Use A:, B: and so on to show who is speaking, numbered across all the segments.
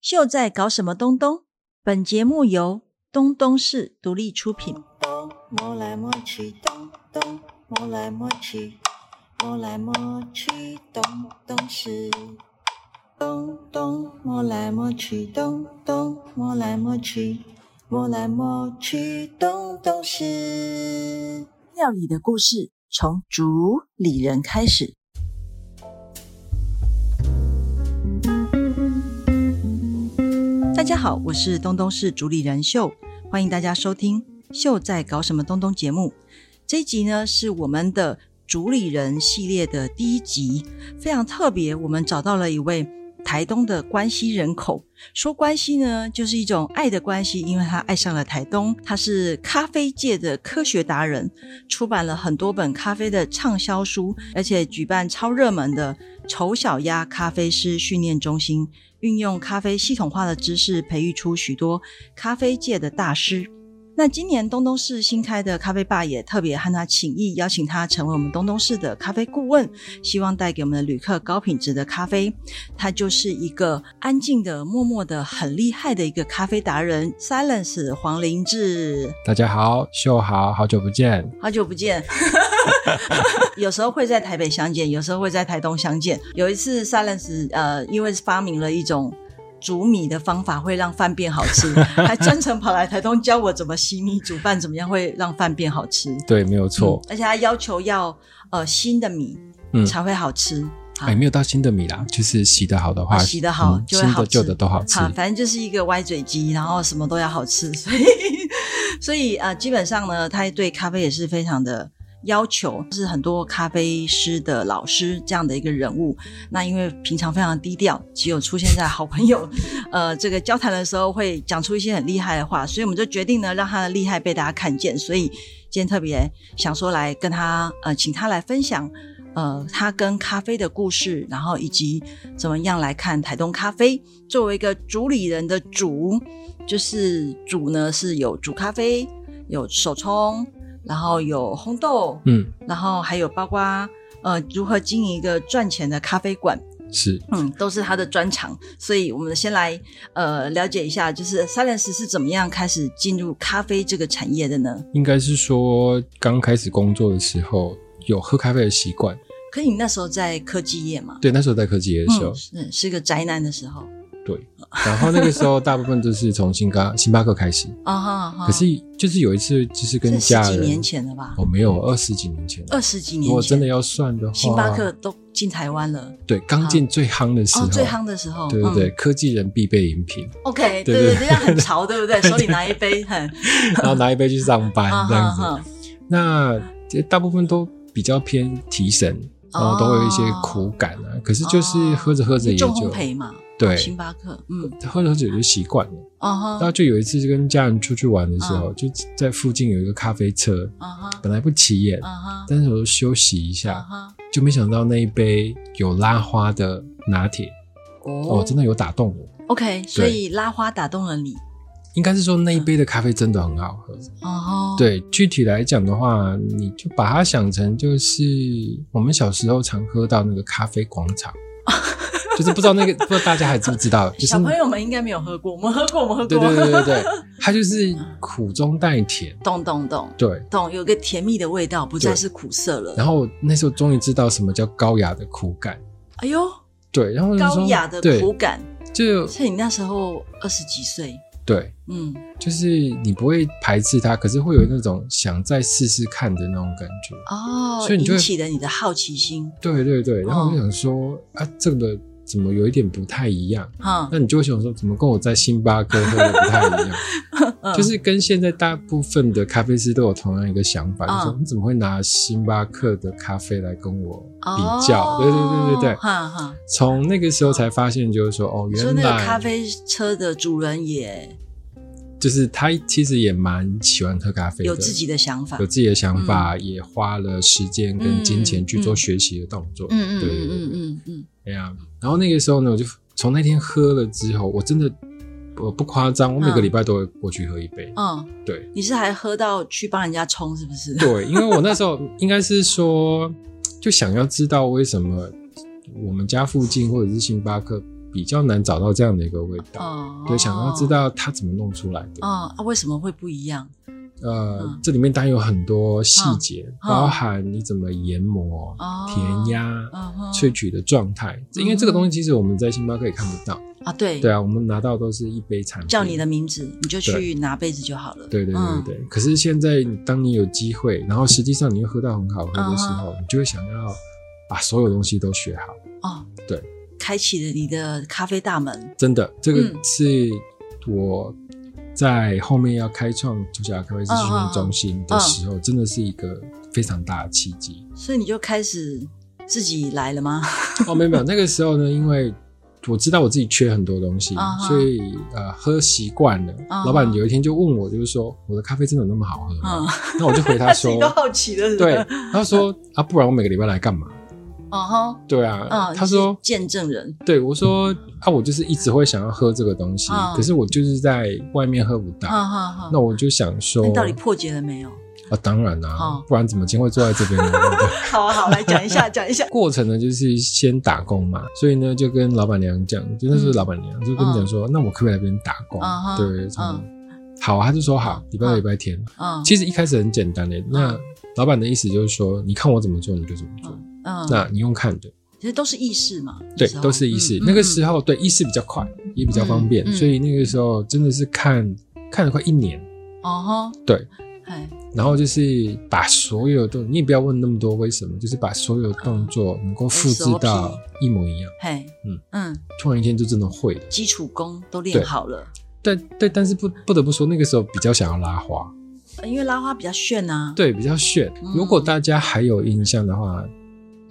A: 秀在搞什么东东？本节目由东东市独立出品。
B: 咚摸来摸去，咚咚摸来摸去，摸来摸去，咚咚是。咚咚摸来摸去，咚咚摸来摸去，摸来摸去，咚咚是。
A: 料理的故事从主理人开始。大家好，我是东东市主理人秀，欢迎大家收听《秀在搞什么东东》节目。这一集呢是我们的主理人系列的第一集，非常特别，我们找到了一位台东的关西人口。说关系呢，就是一种爱的关系，因为他爱上了台东。他是咖啡界的科学达人，出版了很多本咖啡的畅销书，而且举办超热门的丑小鸭咖啡师训练中心，运用咖啡系统化的知识，培育出许多咖啡界的大师。那今年东东市新开的咖啡吧也特别和他请意，邀请他成为我们东东市的咖啡顾问，希望带给我们的旅客高品质的咖啡。他就是一个安静的、默默的、很厉害的一个咖啡达人，Silence 黄林志。
C: 大家好，秀好，好久不见。
A: 好久不见， 有时候会在台北相见，有时候会在台东相见。有一次，Silence 呃，因为发明了一种煮米的方法，会让饭变好 吃，还专程跑来台东教我怎么洗米、煮饭，怎么样会让饭变好吃。
C: 对，没有错
A: 嗯。而且他要求要呃新的米
C: 嗯，
A: 才会好吃。好
C: 哎，没有到新的米啦，就是洗的好的话，嗯
A: 啊洗得好就会
C: 新
A: 好
C: 的
A: 吃
C: 旧的都好吃
A: 好，。反正就是一个歪嘴鸡，然后什么都要好吃，所以所以啊、呃基本上呢，他对咖啡也是非常的要求，是很多咖啡师的老师这样的一个人物。那因为平常非常低调，只有出现在好朋友呃这个交谈的时候会讲出一些很厉害的话，所以我们就决定呢，让他的厉害被大家看见。所以今天特别想说来跟他呃，请他来分享。呃，他跟咖啡的故事，然后以及怎么样来看台东咖啡。作为一个主理人的主，就是主呢是有煮咖啡，有手冲，然后有烘豆，
C: 嗯，
A: 然后还有包括呃如何经营一个赚钱的咖啡馆，
C: 是
A: 嗯，都是他的专长。所以我们先来呃了解一下，就是 Silence 是怎么样开始进入咖啡这个产业的呢？
C: 应该是说刚开始工作的时候有喝咖啡的习惯。
A: 可你那时候在科技业嘛，
C: 对，那时候在科技业的时候，
A: 嗯，是是个宅男的时候
C: 对。然后那个时候大部分都是从星 巴星巴克开始，
A: 啊哈，哈
C: 可是就是有一次就是跟
A: 这十
C: 家
A: 几
C: 人，
A: 年前了吧，
C: 哦，没有二十几年前，
A: 二十几年
C: 如
A: 前，
C: 果真的要算的话，
A: 星巴克都进台湾了。
C: 对刚进最夯的时候，
A: 哦，最夯的时候，
C: 对对对，
A: 嗯、
C: 科技人必备饮品。
A: ，OK，对
C: 对
A: 对
C: 对
A: 对，这样很潮，对不对？手里拿一杯，很，
C: 然后拿一杯去上班
A: 啊
C: 这样子。
A: 哈哈
C: 那这大部分都比较偏提神，
A: 哦
C: 然后都会有一些苦感啊。可是就是喝着喝着也就
A: 重烘焙嘛，
C: 对
A: 星巴克，嗯，
C: 喝着喝着也就习惯了。
A: 啊
C: 然
A: 哈
C: 后，就有一次就跟家人出去玩的时
A: 哦
C: 候，就在附近有一个咖啡车，
A: 啊哈，
C: 本来不起眼，
A: 啊哈，
C: 但是我就休息一
A: 啊
C: 下，
A: 哈，
C: 就没想到那一杯有拉花的拿铁，哦，真的有打动我。
A: ，OK，所以拉花打动了你，
C: 应该是说那一杯的咖啡真的很好喝。
A: 哦哈，，
C: 对，具体来讲的话，你就把它想成就是我们小时候常喝到那个咖啡广场，就是不知道那个不知道大家还知不知道，就是
A: 哦小朋友们应该没有喝过，我们喝过，我们喝
C: 对
A: 过，
C: 对对对对，它就是苦中带甜，
A: 懂懂懂
C: 对。
A: 懂，有个甜蜜的味道，不再
C: 对
A: 是苦涩了。
C: 然后我那时候终于知道什么叫高雅的苦感，
A: 哎呦，
C: 对，然后我就说
A: 高雅的苦，感，
C: 对就
A: 所以你那时候二十几岁，
C: 对，
A: 嗯，
C: 就是你不会排斥它，可是会有那种想再试试看的那种感觉。
A: 哦，
C: 所以你就
A: 引
C: 会
A: 起了你的好奇心，
C: 对对对，然后我
A: 哦
C: 就想说、啊，这个怎么有一点不太一样？
A: 哈，
C: 那你就会想说，怎么跟我在星巴克喝的不太一样？
A: 嗯
C: 就是跟现在大部分的咖啡师都有同样一个想法，
A: 嗯
C: 就是说你怎么会拿星巴克的咖啡来跟我比较？对对对对对。
A: 嗯哦哈哈。
C: 从那个时候才发现，就是说哦，
A: 所以
C: 原
A: 那个咖
C: 来
A: 啡车的主人也
C: 就是他其实也蛮喜欢喝咖啡的，
A: 有自己的嗯想法
C: 有，自己的想法，也花了时间跟金钱去做学习的动作。
A: 嗯嗯
C: 对对对
A: 嗯嗯嗯
C: 哎呀，然后那个时候呢，我就从那天喝了之后，我真的我不夸张，我每个
A: 嗯
C: 礼拜都会过去喝一杯。
A: 嗯嗯，
C: 对
A: 你是还喝到去帮人家冲是不是？
C: 对，因为我那时候应该是说，就想要知道为什么我们家附近或者是星巴克比较难找到这样的一个味道。
A: 哦，
C: 对，想要知道它怎么弄出来的。
A: 哦啊，为什么会不一样？
C: 呃，
A: 嗯
C: 这里面当然有很多细节，
A: 嗯
C: 包含你怎么研磨、
A: 哦，
C: 填压、
A: 嗯哼，
C: 萃取的状态。这因为这个东西其实我们在星巴克也看不到。
A: 啊，对
C: 对，啊，我们拿到都是一杯产品。
A: 叫你的。名字，你就去拿杯子就好了。
C: 对对对
A: 嗯
C: 对，可是现在当你有机会，然后实际上你又喝到很好喝的时
A: 嗯
C: 候，你就会想要把所有东西都学好。
A: 哦，
C: 对，
A: 开启了你的咖啡大门。
C: 真的，这个
A: 嗯
C: 是我在后面要开创主角咖啡师训
A: 嗯
C: 练中心的时候，真的是一个非常大的契机。
A: 所以你就开始自己来了 吗？
C: 哦，没有没有，那个时候呢，因为我知道我自己缺很多东西
A: 啊哈
C: 所以呃，喝习惯了。
A: 啊哈
C: 老板有一天就问我，就是说我的咖啡真的有那么好喝吗？
A: 嗯，
C: 那我就回 他
A: 他自
C: 说
A: 己，都好奇了，是不是
C: 对，，他说啊，不然我每个礼拜来干嘛？
A: 哦哈，
C: 对啊，
A: 嗯，
C: 他说
A: 你是见证人，
C: 对我说啊，我就是一直会想要喝这个东西
A: 啊
C: 可是我就是在外面喝不到。
A: 哈哈哈。
C: 那我就想说，
A: 嗯那你到底破解了没有？
C: 啊，当然啦、
A: 哦
C: 不然怎么今天会坐在这边呢？ 对不对
A: 好啊，好，来讲一 下，讲一下。
C: 过程呢，就是先打工嘛，所以呢，就跟老板娘讲，就那时候
A: 嗯
C: 老板娘就跟你讲说，那我可不可以来这边打工？
A: 嗯哼
C: 对，什么好啊，他就说好，礼拜六、礼拜天。
A: 嗯，
C: 其实一开始很简单的，那老板的意思就是说，你看我怎么做，你就怎么做。
A: 嗯，
C: 那你用看的，
A: 其实都是意识嘛，那
C: 对
A: 时，候嗯
C: 都是意识。那个时，候，对意识比较快，也比较方便，
A: 嗯嗯
C: 所以那个时候真的是看看了快一年。
A: 嗯嗯哦哈，
C: 对，
A: 哎，
C: 然后就是把所有动，你也不要问那么多为什么，就是把所有动
A: 啊
C: 作能够复制到一模一样，
A: 嘿，
C: 嗯
A: 嗯嗯，
C: 突然一天就真的会了。
A: 基础功都练好了，
C: 但但但是不不得不说，那个时候比较想要拉花，
A: 呃因为拉花比较炫啊，
C: 对，比较炫
A: 嗯。
C: 如果大家还有印象的话，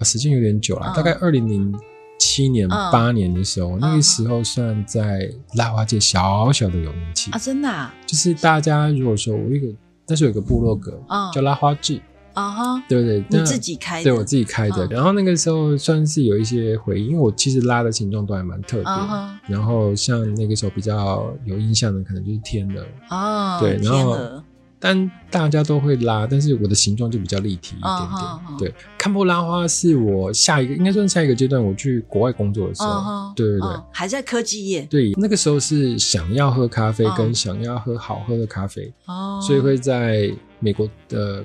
C: 啊时间有点久了，
A: 嗯
C: 大概二零零七年
A: 嗯
C: 八年的时候，那个时候算在拉花界小小的有名气
A: 啊，，真的啊，
C: 就是大家如果说我有一个，但是有一个部落格
A: 嗯
C: 叫拉花志，
A: 啊哈，
C: 对不对？
A: 你
C: 那
A: 自己开的，
C: 对我自己开的。
A: 嗯
C: 然后那个时候算是有一些回应，因为我其实拉的形状都还蛮特别。
A: 啊哈，
C: 然后像那个时候比较有印象的，可能就是天鹅，
A: 哦，
C: 对然
A: 天
C: 后
A: 鹅，
C: 但大家都会拉，但是我的形状就比较立体一点点。
A: 嗯嗯嗯
C: 对，看破拉花是我下一个，应该算下一个阶段，我去国外工作的时候，
A: 嗯哼，
C: 对对对。
A: 嗯，还在科技业，
C: 对，那个时候是想要喝咖啡，
A: 嗯
C: 跟想要喝好喝的咖啡，
A: 哦，
C: 所以会在美国的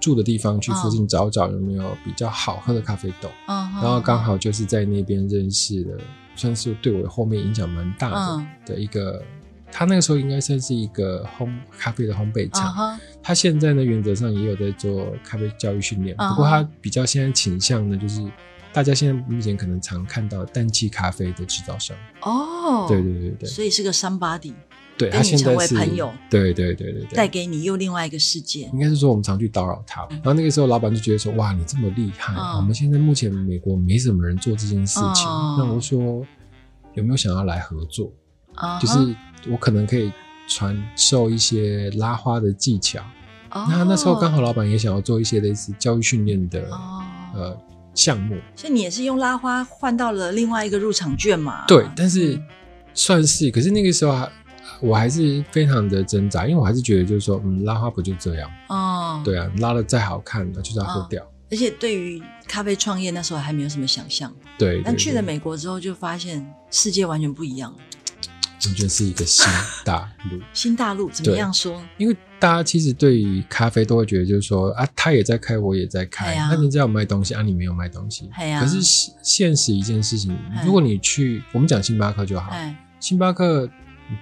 C: 住的地方去附近找找有没有比较好喝的咖啡豆。
A: 嗯哼，
C: 然后刚好就是在那边认识了，算是对我的后面影响蛮大的、
A: 嗯
C: 的一个。他那个时候应该算是一个烘咖啡的烘焙
A: 啊
C: 厂，
A: 哈，
C: 他现在呢原则上也有在做咖啡教育训练，
A: 嗯
C: 不过他比较现在倾向呢就是大家现在目前可能常看到氮气咖啡的制造商，
A: 哦，
C: 对对对对
A: 所以是个 somebody，
C: 对，
A: 跟
C: 他
A: 你
C: 现
A: 成
C: 在
A: 为
C: 是
A: 朋友
C: 对对对对
A: 带
C: 对，
A: 给你又另外一个世界，嗯
C: 应该是说我们常去叨扰他，然后那个时候老板就觉得说哇你这么厉害，
A: 嗯
C: 我们现在目前美国没什么人做这件事情，
A: 哦
C: 那我说有没有想要来合作？
A: 啊哈，
C: 就是我可能可以传授一些拉花的技巧。
A: 哦
C: 那
A: 那
C: 那时候刚好老板也想要做一些类似教育训练的、
A: 哦，
C: 呃项目，
A: 所以你也是用拉花换到了另外一个入场券嘛？
C: 对，但是
A: 嗯
C: 算是，可是那个时候还我还是非常的挣扎，因为我还是觉得就是说，嗯，拉花不就这样？
A: 哦，，
C: 对啊，拉的再好看，那就是要喝
A: 嗯
C: 掉。
A: 而且对于咖啡创业那时候还没有什么想象，
C: 对，
A: 但
C: 对
A: 去
C: 对
A: 了美国之后就发现世界完全不一样了，
C: 我觉得是一个新大陆。
A: 新大陆怎么
C: 对
A: 样说？
C: 因为大家其实对于咖啡都会觉得，就是说啊，他也在开，我也在
A: 哎
C: 开，
A: 呀
C: 那人家有卖东西啊，你没有卖东西。
A: 哎呀
C: 可是现现实一件事情
A: 哎，
C: 如果你去，我们讲星巴克就好，
A: 哎，
C: 星巴克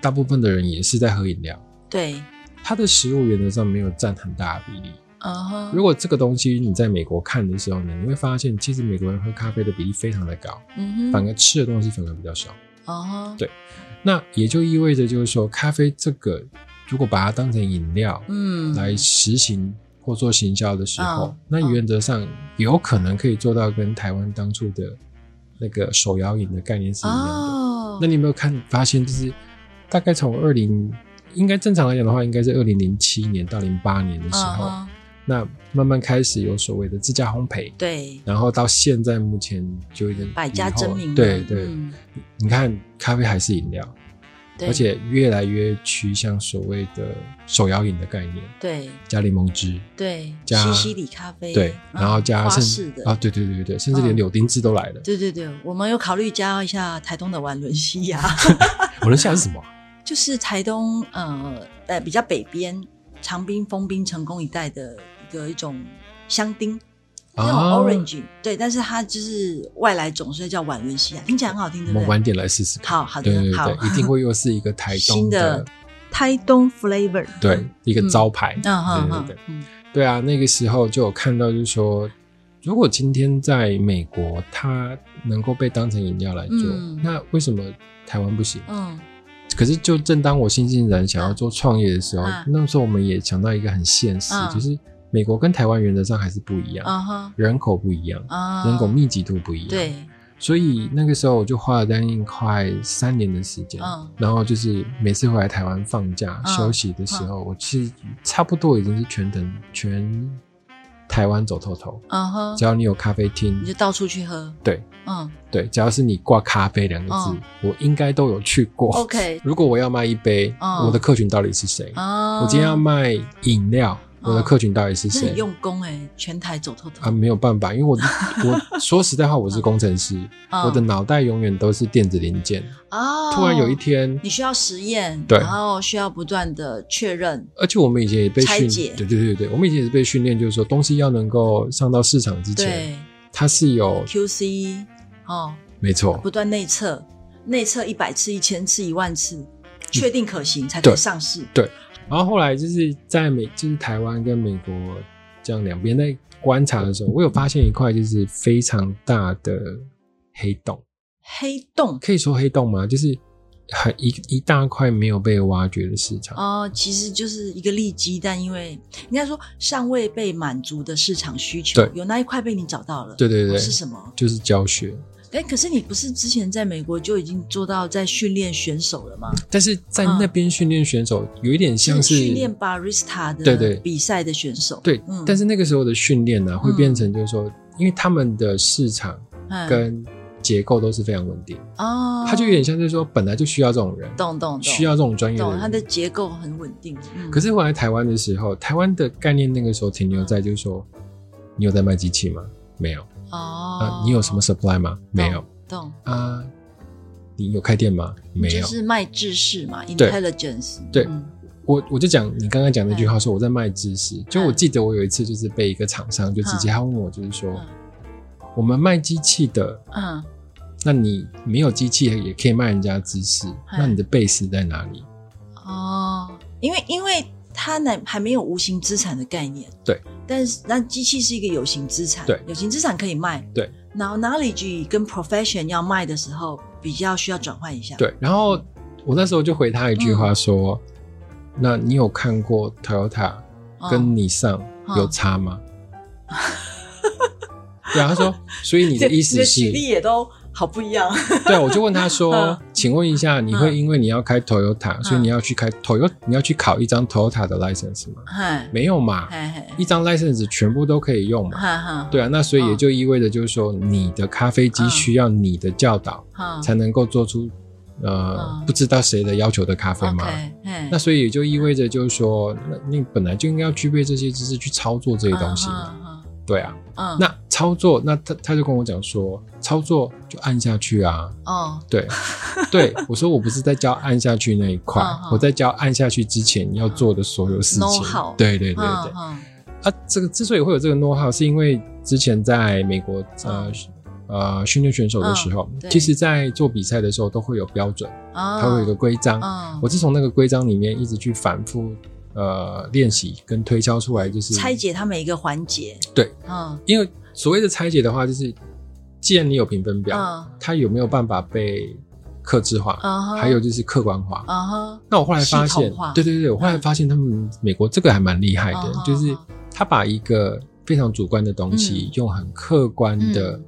C: 大部分的人也是在喝饮料，
A: 对，
C: 它的食物原则上没有占很大的比例。
A: 嗯哼，
C: 如果这个东西你在美国看的时候呢，你会发现，其实美国人喝咖啡的比例非常的高，
A: 嗯
C: 反
A: 哼，
C: 而吃的东西反而比较少。
A: 嗯哼，
C: 对那也就意味着，就是说咖啡这个，如果把它当成饮料，
A: 嗯，
C: 来实行或做行销的时候，
A: 嗯
C: 那原则上有可能可以做到跟台湾当初的那个手摇饮的概念是一样的。
A: 哦，
C: 那你有没有看发现，就是大概从二零，应该正常来讲的话，应该是二零零七年到零八年的时候，
A: 嗯哼
C: 那慢慢开始有所谓的自家烘焙。
A: 对，
C: 然后到现在目前就已经
A: 百家争鸣嘛，啊
C: 对对，
A: 嗯
C: 你看咖啡还是饮料，
A: 对
C: 而且越来越趋向所谓的手摇饮的概念，
A: 对
C: 加柠檬汁，
A: 对，
C: 加
A: 西西里咖啡，嗯
C: 对，然后加
A: 花式
C: 甚
A: 的
C: 啊，对对对对对，甚至
A: 嗯
C: 连柳丁汁都来了。
A: 对对对，我们有考虑加一下台东的玩轮西亚，
C: 我能想是什么啊？
A: 就是台东呃呃比较北边长滨、丰滨、成功一带的一个一种香槟，那种
C: 啊
A: orange，、对，但是它就是外来种，所以叫晚轮西亚，听起来很好听，对不
C: 我们
A: 对？
C: 晚点来试试看。
A: 好好的
C: 对对
A: 好
C: 对，对一定会又是一个台
A: 新
C: 东
A: 的台东 flavor，
C: 对，一个招牌。
A: 嗯哼
C: 对对
A: 哼
C: 对，
A: 嗯
C: 对啊，那个时候就有看到，就是说，如果今天在美国，它能够被当成饮料来做，
A: 嗯
C: 那为什么台湾不行？
A: 嗯
C: 可是，就正当我欣欣然想要做创业的时候，
A: 啊
C: 那时候我们也想到一个很现实，
A: 嗯
C: 就是美国跟台湾原则上还是不一样，
A: 啊哈
C: 人口不一样，
A: 啊，
C: 人口密集度不一样。。
A: 对，
C: 所以那个时候我就花了将近快三年的时间，
A: 嗯
C: 然后就是每次回来台湾放假、
A: 嗯
C: 休息的时候，我其实差不多已经是全等全台湾走透透。
A: 啊哈
C: 只，要你有咖啡厅
A: 你，就到处去喝，
C: 对
A: 嗯
C: 对，只要是你挂咖啡两个字，
A: 嗯
C: 我应该都有去过。
A: ，OK
C: 如果我要卖一杯，
A: 嗯
C: 我的客群到底是谁？
A: 啊，
C: 我今天要卖饮料，
A: 嗯
C: 我的客群到底是
A: 那
C: 谁
A: 很？用功哎，全台走透透
C: 啊，，没有办法，因为我我说实在话，我是工程师，
A: 嗯
C: 我的脑袋永远都是电子零件。
A: 哦，
C: 突然有一。天，
A: 你需要实验，
C: 对
A: 然后需要不断的确认，
C: 而且我们以前也被
A: 拆
C: 训
A: 解，
C: 对对对对，我们以前也是被训练，就是说东西要能够上到市场之前，
A: 对
C: 它是有
A: ，QC 哦，
C: 没错，
A: 不断内测，内测一百次、一千次、一万次，确定可行才可以
C: 对
A: 上市。
C: 然后后来就是在美，就是台湾跟美国这样两边在观察的时候，我有发现一块就是非常大的黑洞，
A: 黑洞
C: 可以说黑洞吗？就是很一一大块没有被挖掘的市场。
A: 哦、其实就是一个利基，但因为应该说尚未被满足的市场需求
C: 对，
A: 有那一块被你找到了。
C: 对对对
A: 哦是什么？
C: 就是教学，
A: 哎，可是你不是之前在美国就已经做到在训练选手了吗？
C: 但是在那边训练选手有一点像是
A: 嗯训练 barista 的
C: 对对
A: 比赛的选手。
C: 对，
A: 嗯
C: 但是那个时候的训练呢，会
A: 嗯
C: 变成就是说，因为他们的市场
A: 嗯
C: 跟结构都是非常稳定，
A: 哦，
C: 它就有点像是说，本来就需要这种人，
A: 懂懂懂，
C: 需要这种专业的
A: 懂，它的
C: 人。
A: 结构很稳定。嗯、
C: 可是回来台湾的时候，台湾的概念那个时候停留在就是说，你有在卖机器吗？没有。
A: 哦、
C: 啊，你有什么 supply 吗？没有。
A: 懂？
C: 啊，你有开店吗？没有
A: 就。是卖知识嘛
C: 对
A: ，intelligence
C: 对
A: 嗯
C: 我我就讲你刚刚讲那句话，说我在卖知识。就
A: 嗯
C: 我记得我有一次就是被一个厂商就直接他问我就是说
A: 嗯，
C: 我们卖机器的
A: 嗯
C: 那你没有机器也可以卖人家知识，那你的 base 在哪里？
A: 哦，因为因为它呢还没有无形资产的概念，
C: 对，
A: 但是那机器是一个有形资产，
C: 对
A: 有形资产可以卖，
C: 对，
A: 然后 knowledge 跟 profession 要卖的时候，比较需要转换一下，，
C: 对，然后我那时候就回他一句话说：“那你有看过 Toyota 跟你上
A: 嗯
C: 有差吗？”对啊，他说，所嗯 以你的意
A: 你
C: 思
A: 的
C: 是
A: 举，例也都好不一 样，
C: 对啊，我就问他说
A: 嗯，
C: 请问一下，你会因为你要开 Toyota，所以你要去开 Toyota，你要去考一张 Toyota 的 license 吗？
A: 嗨，
C: 没有嘛，
A: 嗨嗨，
C: 一张 license 全部都可以用嘛？
A: 哈哈，
C: 对啊，那所以也
A: 嗯
C: 就意味着就是说，你的咖啡机
A: 嗯
C: 需要你的教导，
A: 哈，
C: 才能够做出呃
A: 嗯
C: 不知道谁的要求的咖啡
A: OK，
C: 嘛。
A: 嘿
C: 那所以也就意味着就是说，那你本来就应该要具备这些知识去操作这些东西嘛。
A: 嗯
C: 对啊，
A: 嗯，
C: 那操作，那他他就跟我讲说，操作就按下去啊。
A: 哦，
C: 对，对我说我不是在教按下去那一块
A: 嗯嗯，
C: 我在教按下去之前要做的所有事
A: Know-how
C: 情。对对对对。
A: 嗯嗯
C: 啊，这个之所以会有这个 know how，是因为之前在美国呃
A: 嗯
C: 呃训练选手的时候，
A: 对
C: 其实在做比赛的时候都会有标准，
A: 哦，
C: 它会有一个规章。
A: 嗯
C: 我是从那个规章里面一直去反复呃练习跟推敲出来，就是
A: 拆解它每一个环节，
C: 对，
A: 嗯
C: 因为所谓的拆解的话，就是既然你有评分表，
A: 嗯
C: 它有没有办法被克制化，
A: 嗯哼
C: 还有就是客观化。
A: 嗯哼，
C: 那我后来发
A: 系
C: 现
A: 统化，
C: 对对对，我后来发现他们美国这个还蛮厉害的，
A: 嗯
C: 就是他把一个非常主观的东西，
A: 嗯
C: 用很客观的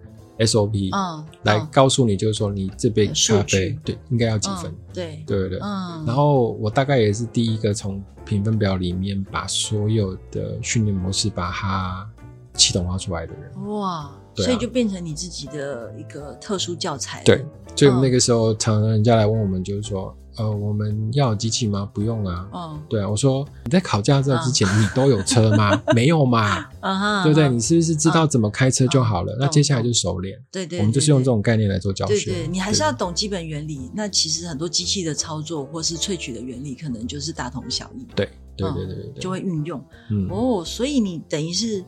C: SOP、
A: 嗯，
C: 来
A: 嗯
C: 告诉你，就是说你这杯
A: 数
C: 咖啡
A: 据
C: 对应该要几分，
A: 嗯对，
C: 对对对。
A: 嗯，
C: 然后我大概也是第一个从评分表里面把所有的训练模式把它系统化出来的人。
A: 哇，
C: 对啊
A: 所以就变成你自己的一个特殊教材，嗯
C: 对，，就那个时候，常常人家来问我们，就是说，呃，我们要有机器吗？不用啊。
A: 哦，
C: 对啊，我说你在考驾照之前，
A: 嗯
C: 你都有车 吗？没有嘛，
A: 啊哈，
C: 对不对？
A: 啊哈
C: 你是不是知道怎么开车就好了？
A: 嗯
C: 那
A: 懂
C: 接下来就熟练，
A: 对对，
C: 我们就是
A: 对
C: 用
A: 对
C: 这种概念来做教
A: 对
C: 学。
A: 对，你还是要懂基本原理。那其实很多机器的操作或是萃取的原理，可能就是大同小异，
C: 对对
A: 嗯
C: 对对对对，
A: 就会运用。
C: 嗯，
A: 哦，所以你等于是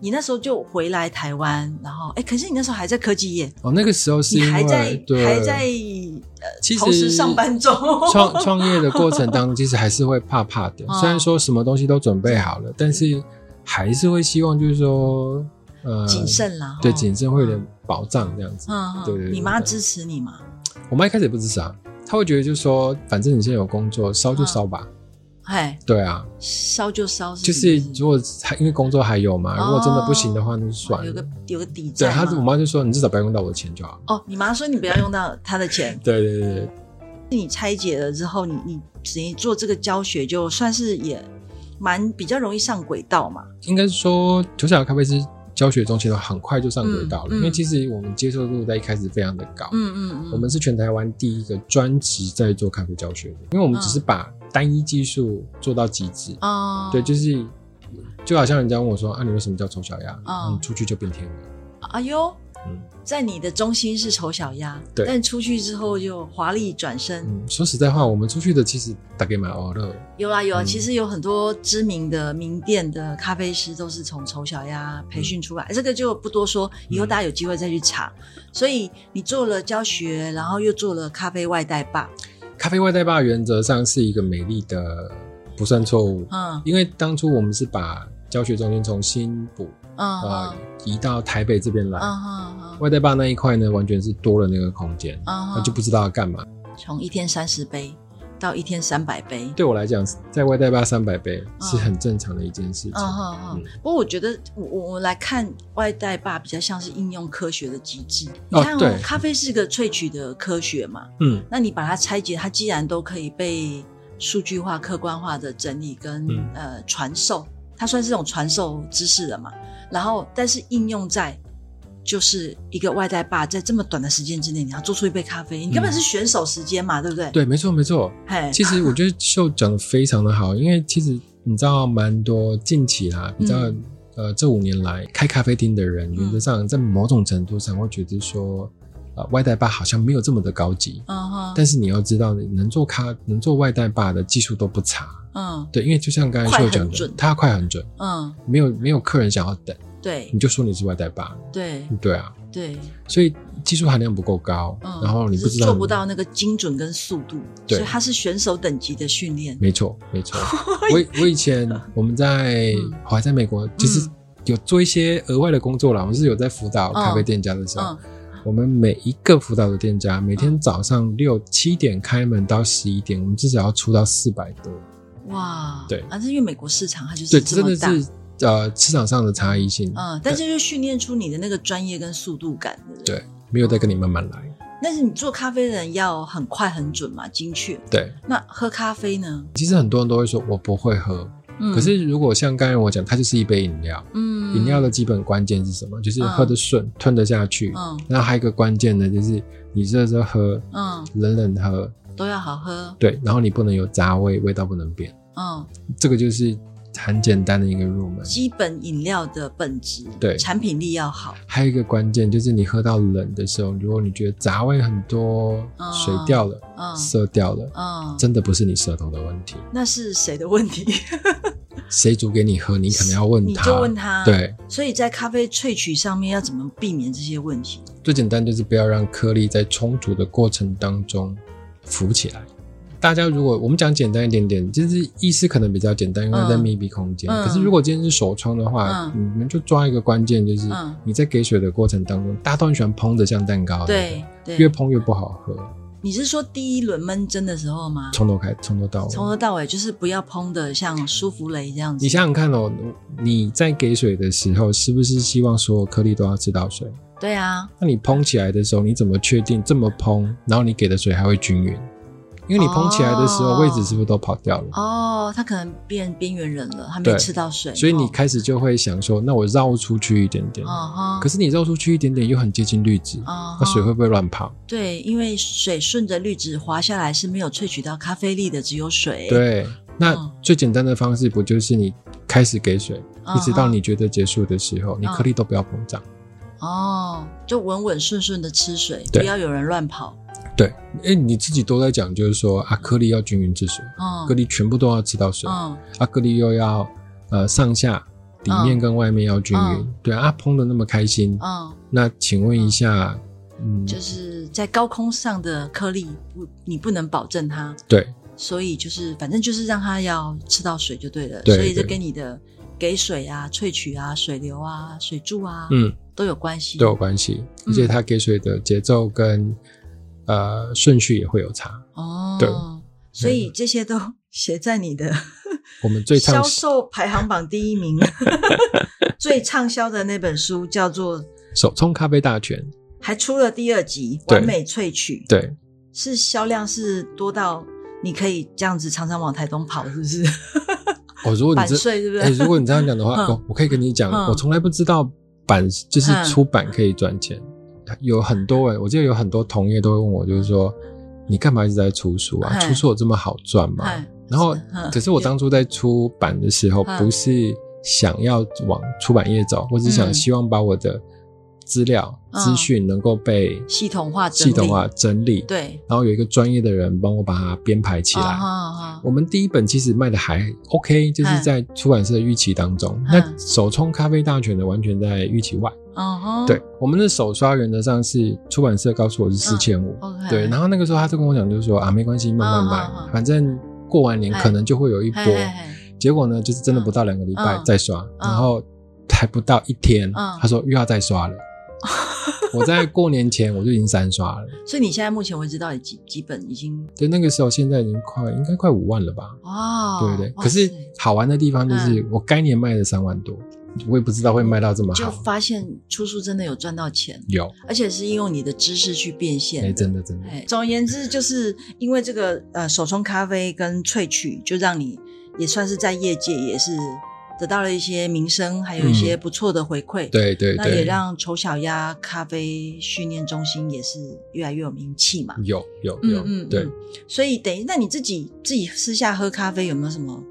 A: 你那时候就回来台湾，然后哎，可是你那时候还在科技业，
C: 哦，那个时候是
A: 你
C: 因
A: 还
C: 为
A: 在
C: 对
A: 还在呃，
C: 其
A: 同时
C: 实
A: 上班中
C: 创创业的过程当中，其实还是会怕怕的。
A: 哦
C: 虽然说什么东西都准备好了，
A: 嗯
C: 但是还是会希望就是说，呃，
A: 谨，慎啦，
C: 对，
A: 哦
C: 谨慎会有点保障这样子。
A: 嗯，嗯
C: 对对对
A: 你妈
C: 对
A: 支持你吗？
C: 我妈一开始也不支持啊，她会觉得就是说，反正你现在有工作，烧
A: 嗯
C: 就烧吧。
A: 哎，
C: 对啊，
A: 烧就烧，
C: 就是是
A: 什么意思
C: 如果还因为工作还有嘛，
A: 嗯哦
C: 如果真的不行的话，那就算
A: 有个
C: 了。
A: 有个底
C: 对，
A: 在
C: 她
A: 嘛。
C: 我妈就说，你至少不要用到我的钱就好。
A: 哦，你妈说你不要用到她的钱，
C: 对对对对，
A: 你拆解了之后，你你等于做这个教学，就算是也蛮比较容易上轨道嘛。
C: 应该是说九小咖啡师教学中心的很快就上轨道了，
A: 嗯嗯
C: 因为其实我们接受度在一开始非常的高。
A: 嗯嗯嗯，
C: 我们是全台湾第一个专职在做咖啡教学的，因为我们只是把单一技术做到极致。
A: 嗯哦，
C: 对，就是就好像人家问我说：“啊，你为什么叫丑小鸭？
A: 哦
C: 你出去就变天鹅。
A: 哎呦
C: 嗯。
A: 在你的中心是丑小鸭，
C: 对
A: 但出去之后就华丽转”身。
C: 嗯，说实在话，我们出去的其实大概蛮偶尔。
A: 有啦有啦，啊
C: 嗯
A: 其实有很多知名的名店的咖啡师都是从丑小鸭培训出来，这个就不多说，以
C: 嗯
A: 后大家有机会再去查。所以你做了教学，然后又做了咖啡外带吧，
C: 咖啡外带吧原则上是一个美丽的不算错误，
A: 嗯
C: 因为当初我们是把教学中心从新埔
A: 嗯嗯
C: 啊移到台北这边来，
A: 嗯嗯
C: 外带吧那一块呢，完全是多了那个空间，
A: 嗯
C: 那就不知道要干嘛。
A: 从一天三十杯到一天三百杯，
C: 对我来讲，在外带吧三百倍是
A: 嗯
C: 很正常的一件事情。
A: 嗯哼哼
C: 嗯。
A: 不过我觉得我我我来看外带吧，比较像是应用科学的极致。你
C: 哦
A: 看哦
C: 对，
A: 咖啡是个萃取的科学嘛，
C: 嗯，
A: 那你把它拆解，它既然都可以被数据化、客观化的整理跟
C: 嗯
A: 呃传授，它算是这种传授知识了嘛。然后，但是应用在就是一个外带吧，在这么短的时间之内，你要做出一杯咖啡，你根本是选手时间嘛，对不对？，
C: 嗯对，没错没错。
A: 嘿，
C: 其实我觉得秀讲的非常的好，因为其实你知道，蛮多近期啦，比较、
A: 嗯
C: 呃这五年来开咖啡厅的人，
A: 嗯
C: 原则上在某种程度上会觉得说，呃，外带吧好像没有这么的高级。
A: 嗯哼，
C: 但是你要知道，能做咖能做外带吧的技术都不差，
A: 嗯
C: 对，因为就像刚才
A: 快
C: 秀
A: 很
C: 讲的
A: 准，
C: 它要快很准，
A: 嗯，
C: 没有没有客人想要等，
A: 对
C: 你就说你是外带吧，
A: 对
C: 对啊，
A: 对，
C: 所以技术含量不够高，
A: 嗯，
C: 然后你不
A: 就是
C: 知道
A: 做不，到那个精准跟速度，
C: 对
A: 所以它是选手等级的训练。
C: 没错没错。我以我以前我们在
A: 嗯
C: 我还在美国，其实有做一些额外的工作啦。我们是有在辅导咖啡店家的时候
A: 嗯，
C: 我们每一个辅导的店家，每天早上六七点开门到十一点，我们至少要出到四百多。
A: 哇，
C: 对
A: 啊，是因为美国市场它就是
C: 对，
A: 这
C: 这真
A: 么
C: 的
A: 大，
C: 是呃市场上的差异性，
A: 嗯，但是就训练出你的那个专业跟速度感，对不对？
C: 对，没有再跟你慢慢来。
A: 但是你做咖啡的人要很快很准嘛，精确。
C: 对，
A: 那喝咖啡呢？
C: 其实很多人都会说我不会喝，
A: 嗯
C: 可是如果像刚才我讲，它就是一杯饮料。
A: 嗯
C: 饮料的基本关键是什么？就是喝得顺，吞得下去。
A: 嗯
C: 然后还有一个关键呢，就是你热热喝，
A: 嗯
C: 冷冷喝，
A: 都要好喝，
C: 对，然后你不能有杂味，味道不能变。
A: 嗯，
C: 这个就是很简单的一个入门。
A: 基本饮料的本质，
C: 对
A: 产品力要好，
C: 还有一个关键就是你喝到冷的时候，如果你觉得杂味很多
A: 嗯，
C: 水掉了，
A: 嗯
C: 色掉了。
A: 嗯，
C: 真的不是你舌头的问题，
A: 那是谁的问题？
C: 谁煮给你喝，你可能要问
A: 你
C: 他。
A: 就问他，
C: 对，
A: 所以在咖啡萃取上面要怎么避免这些问题？
C: 最简单就是不要让颗粒在冲突的过程当中浮起来。大家如果我们讲简单一点点，就是意思可能比较简单，因为它在
A: 嗯
C: 密闭空间。
A: 嗯
C: 可是如果今天是手冲的话，
A: 嗯
C: 你们就抓一个关键，就是
A: 嗯
C: 你在给水的过程当中，大家都很喜欢烹的像蛋糕，
A: 对，啊对，
C: 越烹越不好喝。
A: 你是说第一轮闷蒸的时候吗？
C: 从头开，从头到
A: 从
C: 尾。
A: 头到尾就是不要烹的像舒芙蕾这样子。
C: 你想想看哦，你在给水的时候，是不是希望所有颗粒都要吃到水？
A: 对啊，
C: 那你烹起来的时候，你怎么确定这么烹，然后你给的水还会均匀？因为你烹起来的时候，
A: 哦
C: 位置是不是都跑掉了？
A: 哦，他可能变边缘人了，他没
C: 对
A: 吃到水，
C: 所以你
A: 哦
C: 开始就会想说，那我绕出去一点点。
A: 哦哈，
C: 可是你绕出去一点点，又很接近绿植，
A: 哦
C: 那水
A: 哈
C: 会不会乱跑？
A: 对，因为水顺着绿植滑下来是没有萃取到咖啡粒的，只有水。，
C: 对，那
A: 嗯
C: 最简单的方式不就是你开始给水，
A: 嗯
C: 一直到你觉得结束的时候，你颗粒都不要膨胀。
A: 哦，就稳稳顺顺的吃水，
C: 对
A: 不要有人乱跑。
C: 对，哎，你自己都在讲，就是说啊，颗粒要均匀治水，
A: 嗯，
C: 颗粒全部都要吃到水，
A: 嗯
C: 啊，颗粒又要呃上下里面跟外面要均匀。
A: 嗯
C: 对啊，烹的那么开心，
A: 嗯，
C: 那请问一下，嗯，
A: 就是在高空上的颗粒，不，你不能保证它，
C: 对
A: 所以就是反正就是让它要吃到水就对了。
C: 对
A: 所以这
C: 对
A: 跟你的给水啊、萃取啊、水流啊、水柱啊，
C: 嗯，
A: 都有关系。
C: 都有关系，
A: 嗯
C: 而且它给水的节奏跟呃顺序也会有差。
A: 哦，
C: 对
A: 所以这些都写在你的
C: 我们最
A: 销
C: 畅
A: 售排行榜第一 名，最畅销的那本书叫做，
C: 手冲咖啡大全，
A: 还出了第二集《
C: 对
A: 完美萃取》，
C: 对，
A: 是销量是多到你可以这样子常常往台东跑，是不是？
C: 哦，如果你
A: 版
C: 这
A: 税是不
C: 哎、
A: 是？
C: 如果你这样讲的话，
A: 嗯
C: 哦我可以跟你讲，
A: 嗯
C: 我从来不知道版就是
A: 嗯
C: 出版可以赚钱。有很多哎人，我记得有很多同业都会问我，就是说你干嘛一直在出书啊？
A: 嗨
C: 出书有这么好赚吗？
A: 嗨
C: 然后
A: 嗯，
C: 可是我当初在出版的时候，
A: 嗯
C: 不是想要往出版业走，我只想
A: 嗯
C: 希望把我的资料、
A: 嗯
C: 资讯能够被
A: 系统化整
C: 系
A: 理
C: 统化整理，
A: 对
C: 然后有一个专业的人帮我把它编排起来。
A: 啊哈啊哈
C: 我们第一本其实卖的还 OK，就是
A: 嗯
C: 在出版社的预期当中。那手冲咖啡大全的完全在预期外。
A: 嗯哼
C: 对，我们的手刷原则上是出版社告诉我是四千五。
A: 嗯哦，OK，
C: 对，然
A: 后
C: 后那个时候他就跟我讲，就是说啊，没关系，慢慢卖，
A: 嗯嗯嗯
C: 反正过完年
A: 哎
C: 可能就会有一波。结果呢，就是真的不到两个礼拜
A: 嗯
C: 再刷，然后还不到一天，
A: 嗯
C: 他说又要再 刷了。我在过年前我就已经三刷了，
A: 所以你现在目前为止到底几几本已经
C: 对，那个时候现在已经快应该快五万了吧？
A: 哇？
C: 对不对？
A: 哦哇
C: 可是
A: 塞嗯
C: 好玩的地方就是，我该年卖了三万多，我也不知道会卖到这么
A: 就
C: 好。
A: 发现出书真的有赚到钱，
C: 有，
A: 而且是用你的知识去变现的。
C: 哎，真的真的，
A: 哎，总而言之，就是因为这个呃手冲咖啡跟萃取，就让你也算是在业界也是得到了一些名声，还有一些不错的回馈。
C: 嗯对对
A: 那也
C: 对，
A: 让丑小鸭咖啡训练中心也是越来越有名气嘛。
C: 有有
A: 嗯
C: 有，
A: 嗯，
C: 对
A: 嗯。所以等于，那你自己自己私下喝咖啡有没有什么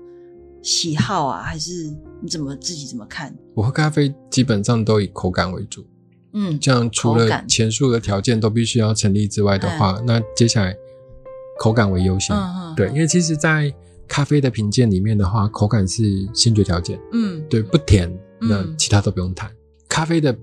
A: 喜好啊？还是你怎么自己怎么看？
C: 我喝咖啡基本上都以口感为主，
A: 嗯，
C: 这样除
A: 口
C: 了
A: 感哎
C: 前述的条件都必须要成立之外的话，那接下来口感为优先。
A: 嗯嗯，
C: 对，因为其实，在咖啡的评鉴里面的话，口感是先决条件。
A: 嗯，
C: 对，不甜，
A: 嗯
C: 那其他都不用谈。咖啡的